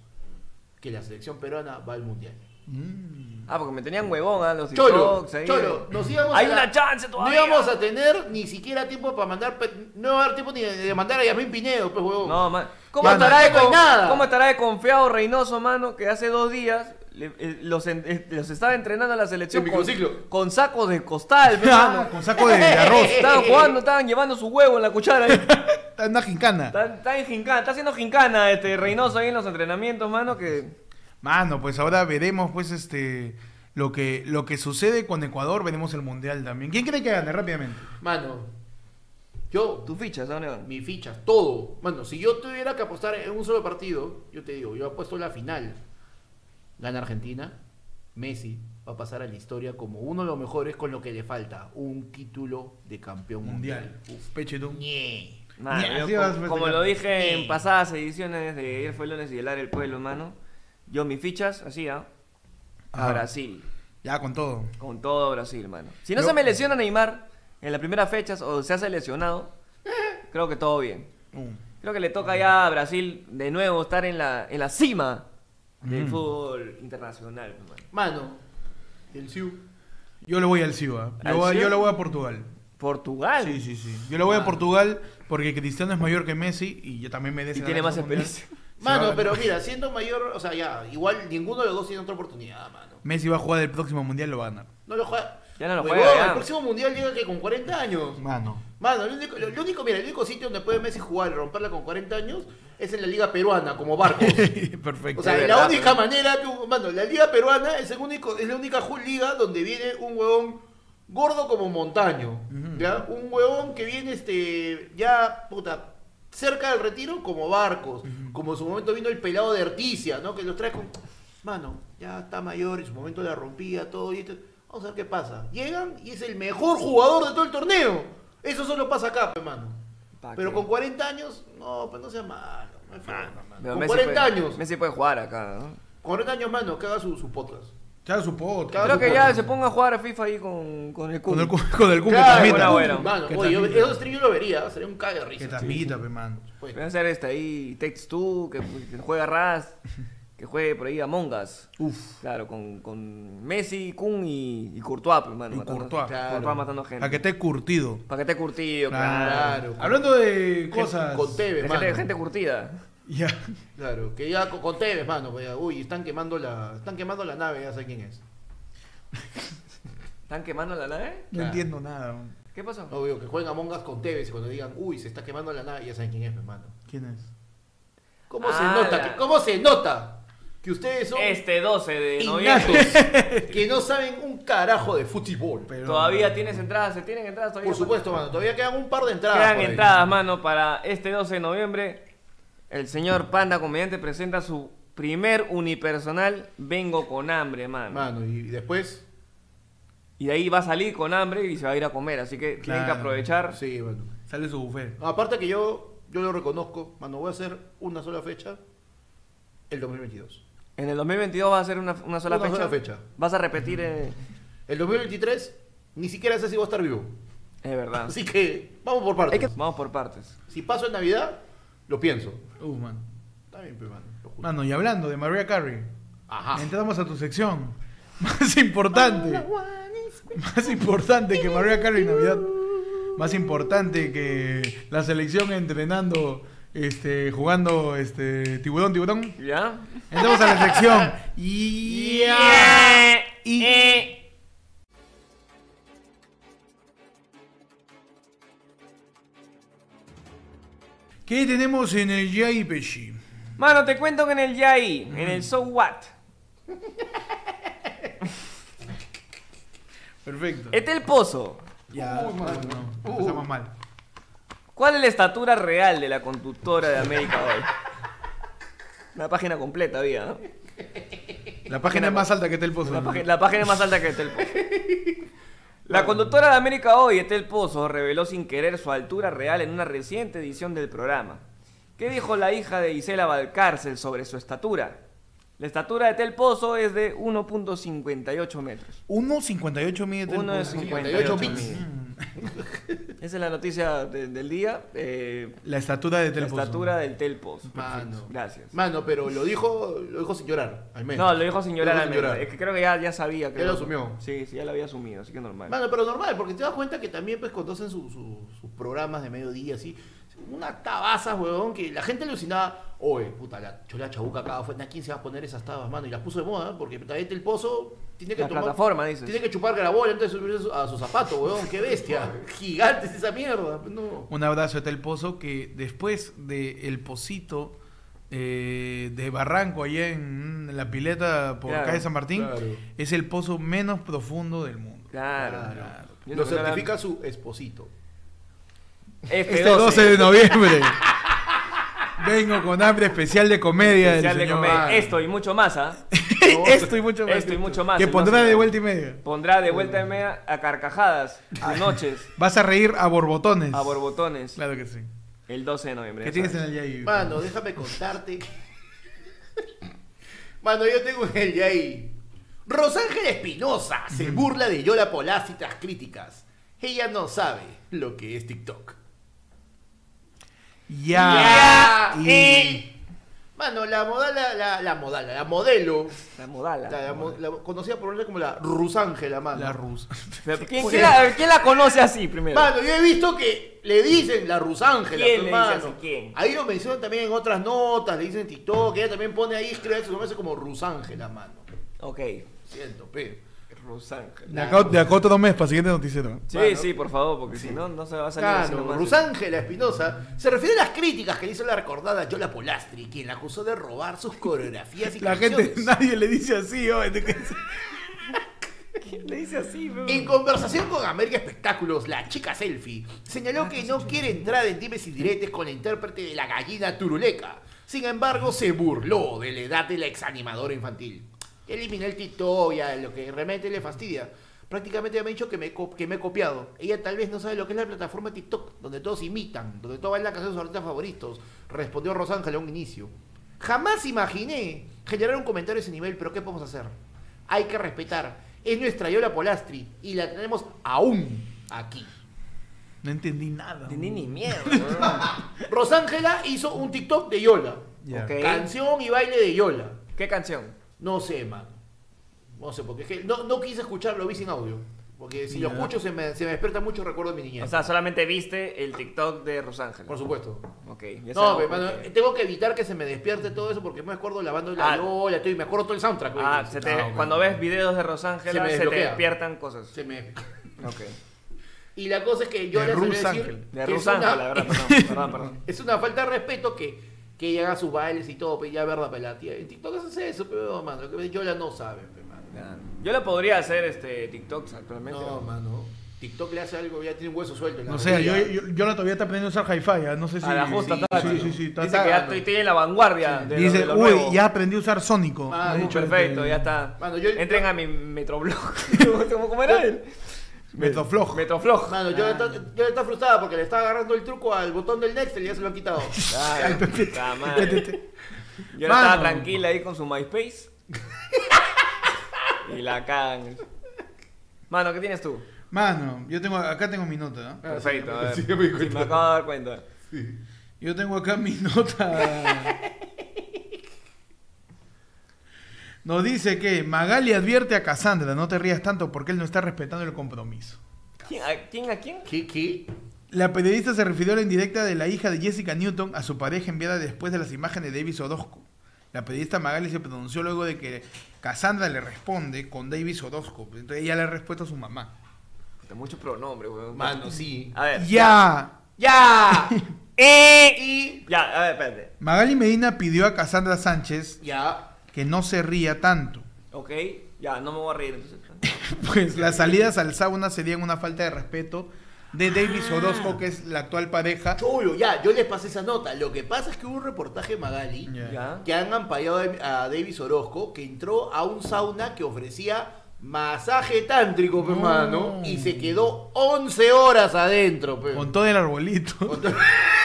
S3: que la selección peruana va al mundial.
S1: Mm.
S2: Ah, porque me tenían huevón, ah, los
S3: Cholo,
S2: TikToks ahí.
S3: Cholo, nos íbamos
S2: Hay
S3: a
S2: una chance todavía.
S3: No íbamos a tener ni siquiera tiempo para mandar, pe- no va a haber tiempo ni de, de mandar a Yasmín Pinedo, pues huevón.
S2: No, man. ¿Cómo,
S1: Ya,
S2: estará
S3: no,
S2: de
S3: no hay
S2: con-
S3: nada.
S2: ¿Cómo estará de confiado Reynoso, mano? Que hace dos días le- eh, los, en- eh, los estaba entrenando a la selección
S3: En
S2: con,
S3: microciclo.
S2: con sacos de costal, pe,
S1: Ah,
S2: mano.
S1: con saco de, de arroz.
S2: Estaban jugando, estaban llevando su huevo en la cuchara. ahí.
S1: Está en una gincana.
S2: Está, está en gincana, está haciendo gincana este Reynoso ahí en los entrenamientos, mano, que...
S1: Mano, pues ahora veremos pues este lo que lo que sucede con Ecuador, veremos el mundial también. ¿Quién cree que gane rápidamente?
S3: Mano, yo,
S2: Tus fichas, ¿a ¿dónde van?
S3: mis fichas, todo. Mano, si yo tuviera que apostar en un solo partido, yo te digo, yo apuesto la final. Gana Argentina, Messi va a pasar a la historia como uno de los mejores con lo que le falta, un título de campeón mundial.
S1: Mundial. Uf, peche tú.
S5: Ñe.
S2: Mano,
S1: Ya,
S2: yo
S1: sí
S2: co-
S1: vas a
S2: como,
S1: festejar.
S2: lo dije
S5: Sí.
S2: en pasadas ediciones de El fue el lunes y el Ar el pueblo, mano. Yo mis fichas, así, ¿ah? A
S1: Ajá.
S2: Brasil.
S1: Ya, con todo.
S2: Con todo Brasil, mano. Si no
S1: Yo-
S2: se me lesiona Neymar en las primeras fechas o se hace lesionado, creo que todo bien.
S1: Uh.
S2: Creo que le toca ya a Brasil de nuevo estar en la, en la cima del
S1: Mm.
S2: fútbol internacional, mano.
S3: Mano, el Siu.
S1: Yo le voy al Ciba.
S2: ¿Al
S1: Yo, voy-
S2: Ciba?
S1: yo le voy a Portugal.
S2: Portugal.
S1: Sí, sí, sí. Yo le voy a Portugal porque Cristiano es mayor que Messi y yo también merece.
S2: Y
S1: la
S2: tiene más
S1: Copa Mundial.
S2: experiencia.
S1: Se va a
S3: Mano,
S1: ganar.
S3: pero mira, siendo mayor, o sea, ya, igual ninguno de los dos tiene otra oportunidad, mano.
S1: Messi va a jugar el próximo mundial, lo va a ganar.
S3: No lo juega.
S2: Ya no lo
S3: Huevón,
S2: juega, ya.
S3: El próximo mundial llega que con 40 años.
S1: Mano.
S3: Mano, el único, lo- lo único- mira, el único sitio donde puede Messi jugar y romperla con 40 años es en la Liga Peruana, como barco.
S1: Perfecto.
S3: O sea,
S2: de
S3: la
S2: verdad,
S3: única manera que, un- mano, la Liga Peruana es, el único, es la única ju- liga donde viene un huevón gordo como Montaño. ¿ya? Un huevón que viene, este, ya, puta, cerca del retiro como Barcos. Como en su momento vino el pelado de Articia, ¿no? Que los trae con. Mano, ya está mayor, en su momento la rompía, todo. Y esto. Vamos a ver qué pasa. Llegan y es el mejor jugador de todo el torneo. Eso solo pasa acá, hermano.
S2: Pa'
S3: Pero
S2: qué.
S3: con 40 años, no, pues no sea malo. no hay forma, mano.
S2: Pero
S3: Con
S2: Messi
S3: 40
S2: puede-
S3: años.
S2: Messi puede jugar acá, ¿no?
S3: Con 40 años, mano, que haga su, su podcast.
S1: Ya su podcast.
S3: Claro,
S2: Creo
S3: su
S2: que
S3: podcast.
S2: ya se ponga a jugar a FIFA ahí con, con el
S1: Con
S2: Kun.
S1: el, cu- con el Kun que
S2: Claro,
S1: transmita.
S2: bueno, bueno.
S3: Mano,
S1: Que
S3: oye, yo,
S1: transmita.
S3: esos stream yo lo vería, sería un cague de risa.
S1: Que transmita, pe, mano.
S3: Pues,
S2: Voy a hacer este ahí, Text 2, que, que juega Raz, que juegue por ahí Among Us.
S1: Uf.
S2: Claro, con, con Messi, Kun y, y Courtois, pues, mano.
S1: Y
S2: matando-
S1: Courtois.
S2: Courtois
S3: Claro.
S2: matando gente.
S1: A que esté curtido.
S2: Para que esté curtido, claro.
S3: Claro.
S1: Hablando de
S3: Con-
S1: cosas.
S3: Con
S2: De
S3: Tevez,
S2: gente,
S3: mano.
S2: gente curtida.
S1: Ya.
S3: Claro, que ya con, con Tevez, mano. pues, ya, uy, están quemando la, están quemando la nave, ya sé quién es.
S2: ¿Están quemando la nave?
S1: No entiendo nada. man.
S2: ¿Qué pasó?
S3: No veo que jueguen a Mongas con Tevez y cuando digan, uy, se está quemando la nave, ya saben quién es, mi hermano.
S1: ¿Quién es?
S3: ¿Cómo se
S2: Ah,
S3: nota?
S2: la-
S3: que- ¿Cómo se nota? Que ustedes son
S2: Este 12 de
S3: innatos,
S2: noviembre.
S3: que no saben un carajo de fútbol.
S1: Pero-
S2: Todavía tienes entradas, se tienen entradas todavía.
S3: Por supuesto, mano, todavía quedan un par de entradas.
S2: Quedan
S3: por ahí.
S2: entradas, mano, para este 12 de noviembre. El señor Panda Comediante presenta su primer unipersonal Vengo con hambre, mano.
S3: Mano, y después,
S2: Y de ahí va a salir con hambre y se va a ir a comer. Así que tienen que
S1: Claro,
S2: aprovechar.
S3: sí, mano.
S1: Sale su buffet.
S3: No, aparte que yo, yo lo reconozco, mano, voy a hacer una sola fecha, el 2022.
S2: En el 2022 va a ser una, una sola
S3: Una
S2: fecha.
S3: sola fecha.
S2: Vas a repetir. eh,
S3: El 2023 ni siquiera sé si voy a estar vivo.
S2: Es verdad.
S3: Así que vamos por
S2: Hay
S3: partes.
S2: que- Vamos por partes.
S3: Si paso en Navidad, lo pienso.
S1: Uh, mano.
S3: Está bien, pues, mano. lo juro.
S1: Mano, y hablando de Maria Carey.
S2: Ah.
S3: Ajá.
S1: Entramos a tu sección. Más importante. Más importante que María Carey en Navidad. Más importante que la selección entrenando, este, jugando este tiburón, tiburón.
S2: ¿Ya?
S1: Entramos a la sección. Yeah. Y-
S2: Eh,
S1: ¿Qué tenemos en el Yai Peshi?
S2: Mano, te cuento que en el Yai, en el So What,
S1: Perfecto.
S2: Etel este Pozo.
S1: Ya.
S3: Uy, mano.
S1: No, empezamos
S2: Uh.
S1: mal.
S2: ¿Cuál es la estatura real de la conductora de América hoy? Una página completa había, ¿no?
S1: La página es más alta que está el pozo.
S2: La,
S1: ¿no?
S2: págin- la página más alta que Etel Pozo. La conductora de América Hoy, Etel Pozo, reveló sin querer su altura real en una reciente edición del programa. ¿Qué dijo la hija de Isela Valcárcel sobre su estatura? La estatura de Etel Pozo es de 1.58 metros.
S1: 1.58 mide Tel
S2: Uno de
S1: Pozo.
S2: 58
S3: bits.
S2: mide. Esa es la noticia de- del día. eh,
S1: La estatura de
S2: la
S1: Tel Pozo.
S2: estatura del Tel Pozo.
S3: Mano.
S2: Gracias.
S3: Mano, pero lo dijo, lo dijo sin llorar, al menos.
S2: No, lo dijo sin llorar
S3: Lo
S2: al
S3: dijo
S2: menos. Es que creo que ya, ya sabía. que
S3: Ya lo asumió.
S2: Sí, sí, ya lo había asumido, así que normal.
S3: Mano, pero normal, porque te das cuenta que también pues cuando hacen su- su- sus programas de mediodía así, una tabaza, huevón, que la gente alucinaba, oye, puta, la chola chabuca acá fue, ¿quién se va a poner esas tabas, mano? Y las puso de moda, ¿eh? porque también el pozo tiene que
S2: La
S3: tomar-
S2: plataforma, dices.
S3: Tiene que chupar grabola antes de subirse a su- a su zapato, huevón, qué bestia. Gigantes esa mierda. No.
S1: Un abrazo a Tel Pozo que después de el pocito eh, de Barranco allá en, en la pileta por
S2: Claro,
S1: calle San Martín
S3: claro.
S1: es el pozo menos profundo del mundo.
S2: Claro.
S3: Claro.
S2: Yo
S3: Lo
S2: creo que era-
S3: certifica su esposito.
S2: Este,
S1: Este 12 de noviembre. Vengo con hambre especial de comedia
S2: Especial
S1: del
S2: de Este
S1: señor.
S2: comer esto y mucho más, ¿ah?
S1: Esto y mucho más.
S2: Esto y mucho más.
S1: Que
S2: el
S1: pondrá
S2: más-
S1: de vuelta y media.
S2: Pondrá de vuelta y media a carcajadas, a noches,
S1: Vas a reír a borbotones.
S2: a borbotones,
S1: Claro que sí.
S2: el 12 de noviembre.
S1: ¿Qué
S2: ya
S1: tienes en
S2: sabes.
S1: el Yayi?
S3: Mano, déjame contarte.
S5: Mano, yo tengo el de ahí.
S3: Rosángel Espinosa se burla de Yola Polaz y tras críticas. Ella no sabe lo que es TikTok.
S1: Ya.
S3: Ya,
S1: Y-
S3: eh. Mano, la modala, la, la modala, la modelo,
S2: La modala.
S3: la, la mo- la conocida por nombre como la Rusángela, mano.
S1: La rusa.
S2: O sea, ¿Quién, quién la, quién la conoce así primero?
S3: Mano, yo he visto que le dicen la Rusángela,
S2: ¿Quién
S3: pues,
S2: le dice
S3: mano.
S2: así? ¿Quién?
S3: Ahí lo mencionan también en otras notas, le dicen TikTok, ella también pone ahí, escribe su nombre como Rusángela, mano.
S2: Ok,
S3: Siento, pe.
S2: Rusángel.
S1: De acá, de acá otro mes para siguiente noticiero.
S2: Sí,
S3: Bueno.
S2: sí, por favor, porque si no, no se va a salir así
S3: Claro,
S2: nomás.
S3: Rusángela Espinosa se refiere a las críticas que le hizo la recordada Yola Polastri, quien la acusó de robar sus coreografías y
S1: La gente,
S3: canciones.
S1: nadie le dice así, oh, ¿de qué es?
S2: ¿Quién le dice así, bro?
S3: En conversación con América Espectáculos, la chica selfie señaló Ah, que no quiere entrar en dimes y diretes con la intérprete de la gallina turuleca. Sin embargo, se burló de la edad de la exanimadora infantil. Eliminó el TikTok ya, lo que realmente le fastidia. Prácticamente ya me ha dicho que me, he co- que me he copiado. Ella tal vez no sabe lo que es la plataforma TikTok, donde todos imitan, donde todos bailan canciones de sus artistas favoritos, respondió Rosángel a un inicio. Jamás imaginé generar un comentario de ese nivel, pero ¿qué podemos hacer? hay que respetar. Es nuestra Yola Polastri y la tenemos aún aquí.
S1: No entendí nada.
S2: Ni, ni miedo,
S3: Rosángela hizo un TikTok de Yola.
S1: Ya.
S2: Ok.
S3: Canción y baile de Yola.
S2: ¿Qué canción?
S3: No sé, man. No sé, porque es que no, no quise escucharlo, vi sin audio. Porque si lo
S1: Ya.
S3: escucho se me, se me despierta mucho recuerdo de mi niñez.
S2: O sea, solamente viste el TikTok de Rosángel.
S3: por supuesto.
S2: Ok. ya sabemos
S3: No, pero, mano,
S2: por qué.
S3: tengo que evitar que se me despierte todo eso porque me acuerdo lavando la
S2: Ah.
S3: Yola, tío, y me acuerdo todo el soundtrack. güey.
S2: Ah, se te-
S1: Ah, ok.
S2: cuando ves videos de
S3: Se
S2: Rosángela
S3: me
S2: se, te
S3: desbloquea.
S2: despiertan cosas.
S3: Se me-
S2: Ok.
S3: Y la cosa es que Yola
S1: De
S3: salió a decir
S1: Rosángel.
S2: De
S3: que es
S2: Rosángela,
S3: una-
S2: la verdad, perdón, perdón, perdón.
S3: Es una falta de respeto que, que ella haga sus bailes y todo, pero ya verdad, pero la tía. En TikTok hace eso, pero mano, lo que yo la no sabe, pe, mano.
S2: Yo la podría hacer este TikToks actualmente.
S3: No, mano. TikTok le hace algo, ya tiene un hueso suelto. en la
S1: No sé, yo,
S3: rodilla.
S1: yo, yo no todavía está aprendiendo a usar hi-fi, ya, no sé si...
S2: a la justa
S1: sí,
S2: tal.
S1: sí, sí, sí, está-
S2: Dice que ya
S1: está-
S2: estoy, estoy en la vanguardia. de lo- de
S1: Dice,
S2: lo
S1: uy,
S2: nuevo".
S1: ya aprendí a usar Sónico.
S3: Ah,
S1: Me ha
S2: Uh,
S1: dicho
S2: perfecto,
S1: este-
S2: ya está.
S3: Mano, yo-
S2: Entren a mi Metroblog. ¿Cómo, cómo era él?
S1: Metroflog.
S2: Metroflog.
S3: Mano, yo, está, yo está frustrada porque le estaba agarrando el truco al botón del Nextel y ya se lo han quitado.
S2: Claro, Ah, puta madre.
S1: Este,
S2: Yo
S1: Mano.
S2: estaba tranquila ahí con su MySpace. y la cagan. Mano, ¿qué tienes tú?
S1: Mano, yo tengo, acá tengo mi nota. ¿no?
S2: Perfecto, a ver.
S3: Ah, sí, me di
S2: Sí, me
S3: cuenta.
S2: acabo de dar cuenta.
S1: Yo tengo acá mi nota. Nos dice que Magali advierte a Cassandra, no te rías tanto porque él no está respetando el compromiso.
S2: ¿Quién, ¿A quién? ¿A quién?
S3: ¿Qué, qué?
S1: La periodista se refirió a la indirecta de la hija de Jessica Newton a su pareja enviada después de las imágenes de Davis Orozco. La periodista Magali se pronunció luego de que Cassandra le responde con Davis Orozco. Entonces ella le ha respuesto a su mamá.
S2: Puta, Mucho pronombre, weón.
S3: Mano, sí.
S2: A ver.
S1: ¡Ya!
S2: ¡Ya! E,
S3: ¡Eh! Y.
S2: Ya, a ver, espérate.
S1: Magali Medina pidió a Cassandra Sánchez
S3: Ya.
S1: que no se ría tanto.
S2: Ok, ya, no me voy a reír entonces.
S1: Pues las salidas al sauna serían una falta de respeto de Davis Orozco, que es la actual pareja.
S3: Chulo, ya, yo les pasé esa nota. Lo que pasa es que hubo un reportaje en Magali.
S1: Ya.
S2: Ya.
S3: que han ampallado a Davis Orozco, que entró a un sauna que ofrecía masaje tántrico, pe,
S1: No.
S3: mano, y se quedó 11 horas adentro, pe.
S1: Mm. Con todo el arbolito.
S3: Con to-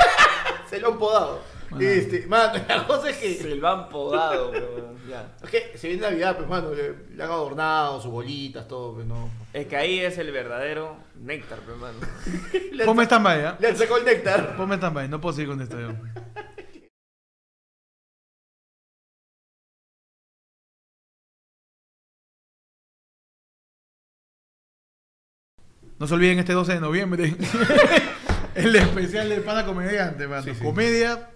S3: se lo han podado.
S1: Bueno.
S3: Este, mano, la cosa es que,
S2: Se lo han podado, weón. Ya.
S3: es que se viene Navidad, pues, mano, le, le han adornado sus bolitas, todo, pe, no.
S2: Es que ahí es el verdadero néctar, pe, hermano.
S3: Le han,
S1: Ponme esta malla.
S3: le han sacado el néctar.
S1: Ponme esta malla. No puedo seguir con esto. yo. No se olviden este 12 de noviembre. el especial del pana comediante, mano. Comedia.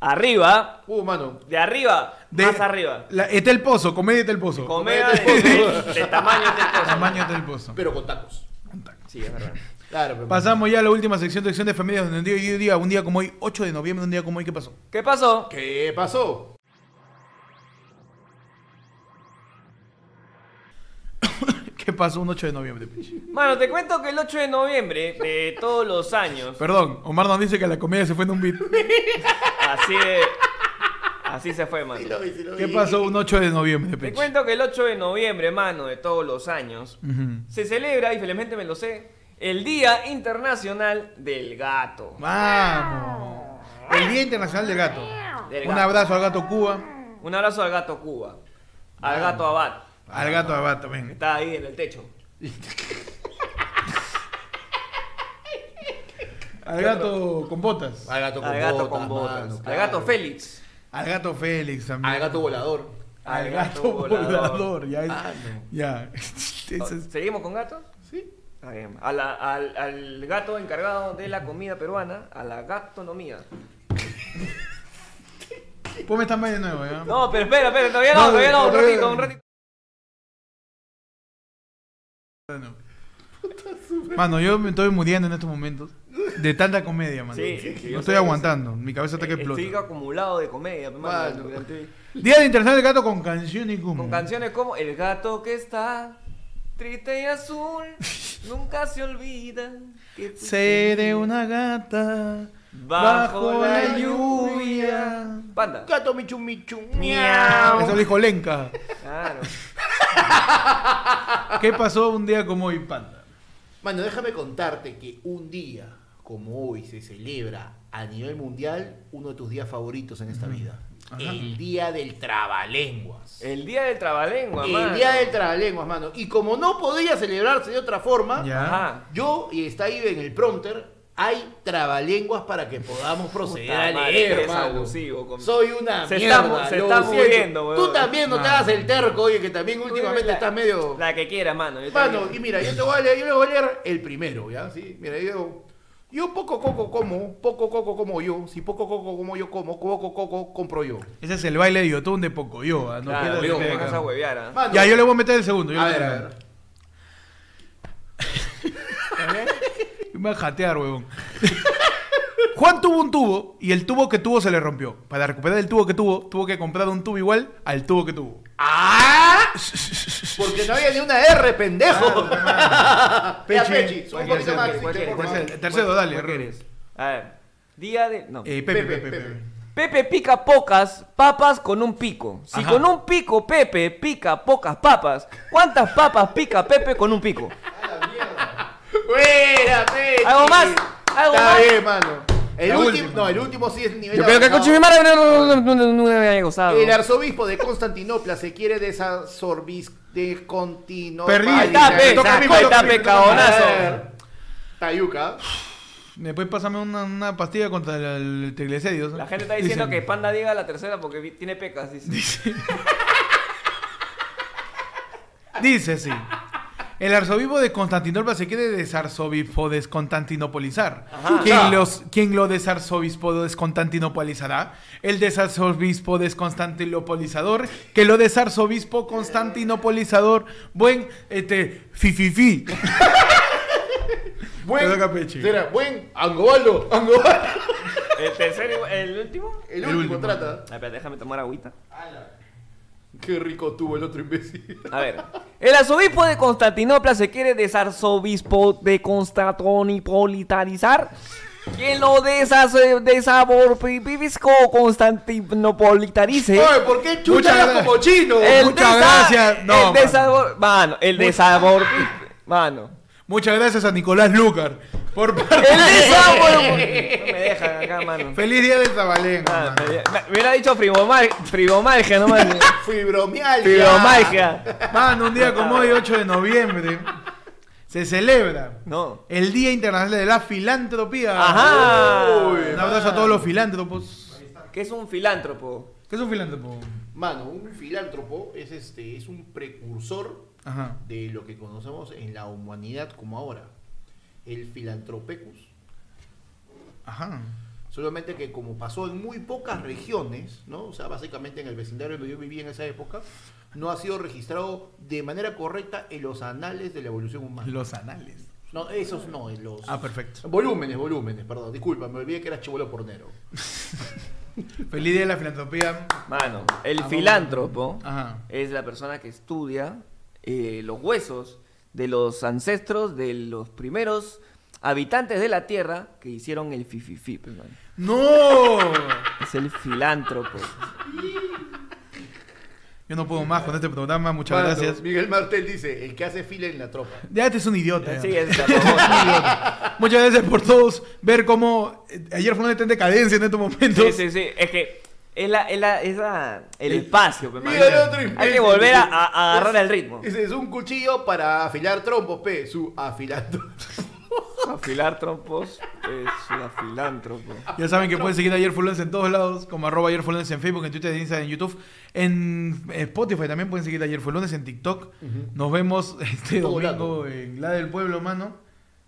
S2: Arriba,
S3: Uh, mano.
S2: de arriba,
S1: de-
S2: más arriba.
S1: La, está el pozo, comedia está el pozo.
S2: Comedia
S3: Comedia
S2: de,
S3: del
S2: de- de tamaño de cosa.
S1: Tamaño está el pozo.
S3: Pero con tacos.
S2: Sí, es verdad.
S3: Claro, pe, mano.
S1: Pasamos ya a la última sección, sección de familias, donde hoy día, un día como hoy, 8 de noviembre, un día como hoy, ¿qué pasó?
S2: ¿Qué pasó?
S3: ¿Qué pasó?
S1: ¿Qué pasó un 8 de noviembre? pinche?
S2: Mano, te cuento que el 8 de noviembre de todos los años,
S1: Perdón, Omar nos dice que la comedia se fue en un beat.
S2: así de... Así se fue, mano.
S3: Sí lo vi, sí lo
S1: ¿Qué
S3: vi.
S1: pasó un 8 de noviembre,
S2: Te
S1: Pech?
S2: cuento que el 8 de noviembre, mano, de todos los años,
S1: Ujú.
S2: se celebra, y felizmente me lo sé, el Día Internacional del Gato.
S1: Vamos. El Día Internacional del Gato.
S2: Del
S1: Un
S2: gato.
S1: abrazo al gato Cuba,
S2: Un abrazo al gato Cuba, al gato Abad,
S1: al gato Abad
S2: que
S1: también.
S2: está ahí en el techo.
S1: Al gato con botas.
S3: Al gato con
S2: Al gato
S3: botas,
S2: con botas.
S3: mano,
S2: Al
S3: claro.
S2: gato Félix.
S1: Al gato Félix también.
S3: Al gato volador.
S1: Al gato volador. Ya. es-
S3: Ah, no.
S1: ya. Ese es-
S2: ¿Seguimos con gatos?
S1: sí.
S2: Está bien. A la- al, al gato encargado de la comida peruana, a la gatonomía.
S1: Ponme esta madre de nuevo, ¿ya?
S2: No, pero espera, espera, todavía no,
S1: No,
S2: todavía no, un
S1: todavía
S2: ratito,
S1: no.
S2: un ratito.
S1: Mano, yo me estoy muriendo en estos momentos. De tanta comedia, mano.
S2: Sí, sí, sí, yo
S1: no
S2: sé, Eh,
S1: estoy
S2: yo
S1: aguantando. Mi cabeza está que explota.
S2: Estoy acumulado de comedia, hermano,
S3: Mano.
S2: durante-
S1: Día de Internacional del Gato con canción y cum.
S2: Con canciones como El gato que está triste y azul, nunca se olvida que tú
S1: Seré
S2: tenías
S1: una gata
S2: bajo la lluvia. Panda.
S3: Gato michu michu.
S1: Eso lo dijo Lenka.
S2: Claro.
S1: ¿Qué pasó un día como hoy, panda?
S3: Mano, déjame contarte que un día como hoy se celebra a nivel mundial uno de tus días favoritos en esta vida. El Día del Trabalenguas.
S2: El día del trabalengua, mano.
S3: El Día del Trabalenguas, mano. Y como no podía celebrarse de otra forma,
S1: Ya.
S2: Ajá.
S3: yo, y está ahí en el prompter, hay trabalenguas para que podamos proceder
S2: Puta
S3: a
S2: madre,
S3: leer,
S2: eres
S3: mano.
S2: abusivo con-
S3: Soy una
S2: Se
S3: mierda.
S2: está mu- se
S3: lo
S2: está
S3: siento.
S2: muriendo, weón.
S3: Tú también no te hagas el terco, oye, que también últimamente
S2: La-
S3: estás medio...
S2: La que quiera, mano. yo
S3: Mano,
S2: también.
S3: y mira, yo te voy a leer, yo le voy a leer el primero, ¿ya? Sí, mira, yo. Yo poco coco como, poco coco como yo. Si poco coco como yo como, poco coco compro yo.
S1: Ese es el baile de Yotun de Pocoyoa. ah, No
S2: Claro,
S1: pierdas
S2: digo,
S1: ese de
S2: pongas
S1: acá.
S2: a huevear, ¿ah?
S3: Mano,
S1: Ya, yo le voy a meter el segundo. yo
S3: A
S1: le
S3: ver,
S1: meto
S3: a
S1: el
S3: ver.
S1: segundo. Me va a jatear, huevón. Juan tuvo un tubo y el tubo que tuvo se le rompió. Para recuperar el tubo que tuvo, tuvo que comprar un tubo igual al tubo que tuvo.
S3: ¡Ah! Porque no había ni una R, pendejo. ya,
S1: Pechi.
S3: Pechi, sube un
S1: ¿Cuál
S3: poquito más.
S1: quieres?
S2: ¿Cuál
S3: Pechi,
S2: quieres?
S3: por
S1: ¿Cuál
S3: favor.
S1: es el tercero? Dale,
S2: ¿Cuál
S1: Rubén.
S2: quieres? A ver. Día de. No.
S1: Eh, Pepe,
S3: Pepe,
S1: Pepe,
S3: Pepe.
S1: Pepe.
S2: Pepe pica pocas papas con un pico. Si
S1: Ajá.
S2: con un pico Pepe pica pocas papas, ¿cuántas papas pica Pepe con un pico?
S3: Buena, Pechi.
S2: ¿Algo más? ¿Algo
S3: Está
S2: más?
S3: bien, mano. El
S1: La
S3: último,
S1: última.
S3: no, el último sí es nivel.
S2: Yo creo que
S3: avanzado.
S2: con Chimimara no, no, no, no, no había gozado.
S3: El arzobispo de Constantinopla se quiere desasorbis de
S1: Perdí.
S2: Ahí está, pe,
S1: Me toca a mí, me
S2: ahí
S1: toca a mí, me
S2: está, pe,
S1: toca a mí.
S2: cagonazo.
S3: Tayuca.
S1: Después pásame una, una pastilla contra el, el triglicéridos. ¿no?
S2: La gente está diciendo que
S1: Dicen,
S2: Panda diga la tercera porque vi- tiene pecas, dice.
S1: Dice sí. El arzobispo de Constantinopla se quiere desarzobispo desconstantinopolizar.
S2: Ajá.
S1: ¿Quién, los, ¿Quién lo desarzobispo descontantinopolizará? El desarzobispo desconstantinopolizador, que lo desarzobispo constantinopolizador, buen, este, fififi.
S3: Buen,
S1: Te toca, Pechi.
S3: será, buen Angobaldo, Angobaldo.
S2: ¿El tercero, el último?
S3: El,
S1: El
S3: último,
S1: último.
S3: trata.
S2: A ver, déjame tomar agüita.
S3: Qué rico tuvo el otro imbécil.
S2: A ver. El arzobispo de Constantinopla se quiere desarzobispo de Constantinopolitanizar. Quien lo desaborpibisco constantinopolitarice.
S3: Oye, ¿por qué
S1: Muchas
S3: chucha hablas
S1: gracias.
S3: como chino?
S1: El- muchas gracias. No,
S2: el
S1: mano.
S2: desabor- Mano, el desabor. Mano.
S1: Muchas gracias a Nicolás Lucar por
S2: El
S1: parte.
S2: desabor. No me dejan acá, mano.
S1: Feliz día del Zabalengo.
S2: Ah,
S1: mano.
S2: me, me hubiera dicho fribomar- fribomalgia, no más.
S3: Fibromialgia.
S2: Fibromalgia.
S1: Mano, un día como hoy, 8 de noviembre, se celebra
S2: No.
S1: el Día Internacional de la Filantropía.
S2: Ajá.
S1: Un abrazo a todos los filántropos.
S2: Que es un filántropo.
S1: ¿Qué es un filántropo?
S3: Mano, un filántropo es este, es un precursor
S1: Ajá.
S3: de lo que conocemos en la humanidad como ahora. El filantropecus.
S1: Ajá.
S3: Solamente que como pasó en muy pocas regiones, ¿no? O sea, básicamente en el vecindario que yo vivía en esa época, no ha sido registrado de manera correcta en los anales de la evolución humana.
S1: Los anales.
S3: No, esos no, en los...
S1: Ah, perfecto.
S3: Volúmenes, volúmenes, perdón, disculpa, me olvidé que era chivolo pornero.
S1: Feliz Día de la Filantropía.
S2: Mano,
S1: Ah,
S2: el filántropo
S1: Ajá.
S2: es la persona que estudia eh, los huesos de los ancestros de los primeros habitantes de la tierra que hicieron el fififi, pe, mano.
S1: ¡No!
S2: pues, es el filántropo.
S1: Yo no puedo más con este programa, muchas
S3: Mano,
S1: gracias.
S3: Miguel Martel dice, el que hace fila en la tropa.
S1: Ya este es un idiota.
S2: Sí,
S1: ya.
S2: es Carlos
S1: Muchas gracias por todos ver cómo eh, ayer fue una teta en decadencia en este estos momentos.
S2: Sí, sí, sí. Es que es, la, es, la, es la- el espacio. pe, man.
S3: Mira el otro imbécil.
S2: Hay que volver a, a- a agarrar el ritmo.
S3: Ese es un cuchillo para afilar trompos, pe. Su afilando.
S2: Afilar trompos es una filántropo.
S1: Ya saben que pueden seguir a Ayer en todos lados, como arroba Ayer en Facebook, en Twitter, en Instagram, en YouTube, en eh, Spotify también pueden seguir a Ayer Lunes, en TikTok. Nos vemos este
S3: Todo
S1: domingo en La del Pueblo, mano.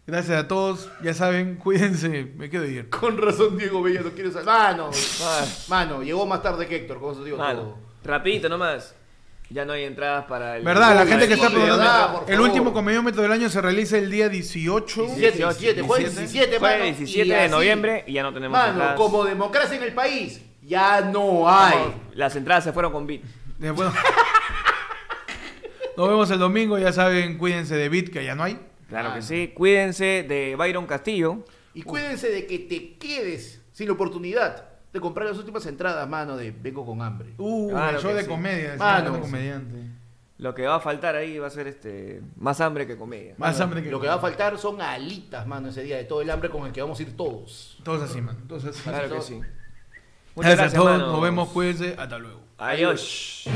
S1: Gracias a todos, ya saben, cuídense, me quedo ayer.
S3: Con razón Diego Bella no quiere salir. Mano,
S2: Ah.
S3: mano, llegó más tarde que Héctor, con eso digo
S2: Mano,
S3: todo.
S2: rapidito nomás. Ya no hay entradas para el.
S1: ¿Verdad? La
S3: Uy,
S1: gente que
S3: sí,
S1: está
S3: verdad,
S1: preguntando,
S3: por
S1: el
S3: favor.
S1: último comediómetro del año se realiza el día 18.
S3: 17, 17, jueves 17,
S2: Jueves
S3: mano.
S2: 17
S3: y
S2: de
S3: así.
S2: noviembre y ya no tenemos
S3: Mano,
S2: entradas.
S3: como democracia en el país, ya no hay.
S2: Las entradas se fueron con beat.
S1: Eh, bueno. Nos vemos el domingo, ya saben, cuídense de Bit, que ya no hay.
S2: Claro que
S3: Mano.
S2: sí. Cuídense de Byron Castillo.
S3: Y cuídense de que te quedes sin la oportunidad de comprar las últimas entradas, mano, de Vengo con hambre.
S1: Uh,
S2: Claro
S1: el show
S2: que
S1: de
S2: sí.
S1: comedia, el
S3: Mano.
S1: show de comediante.
S2: Lo que va a faltar ahí va a ser este más hambre que comedia.
S1: Más
S3: Mano,
S1: hambre que
S3: Lo que va a faltar son alitas, mano, ese día de todo el hambre con el que vamos a ir todos.
S1: Todos así, mano. Todos así.
S2: Claro que sí.
S1: Gracias, a todos.
S2: mano.
S1: Nos vemos, cuídense. Hasta luego.
S2: Adiós.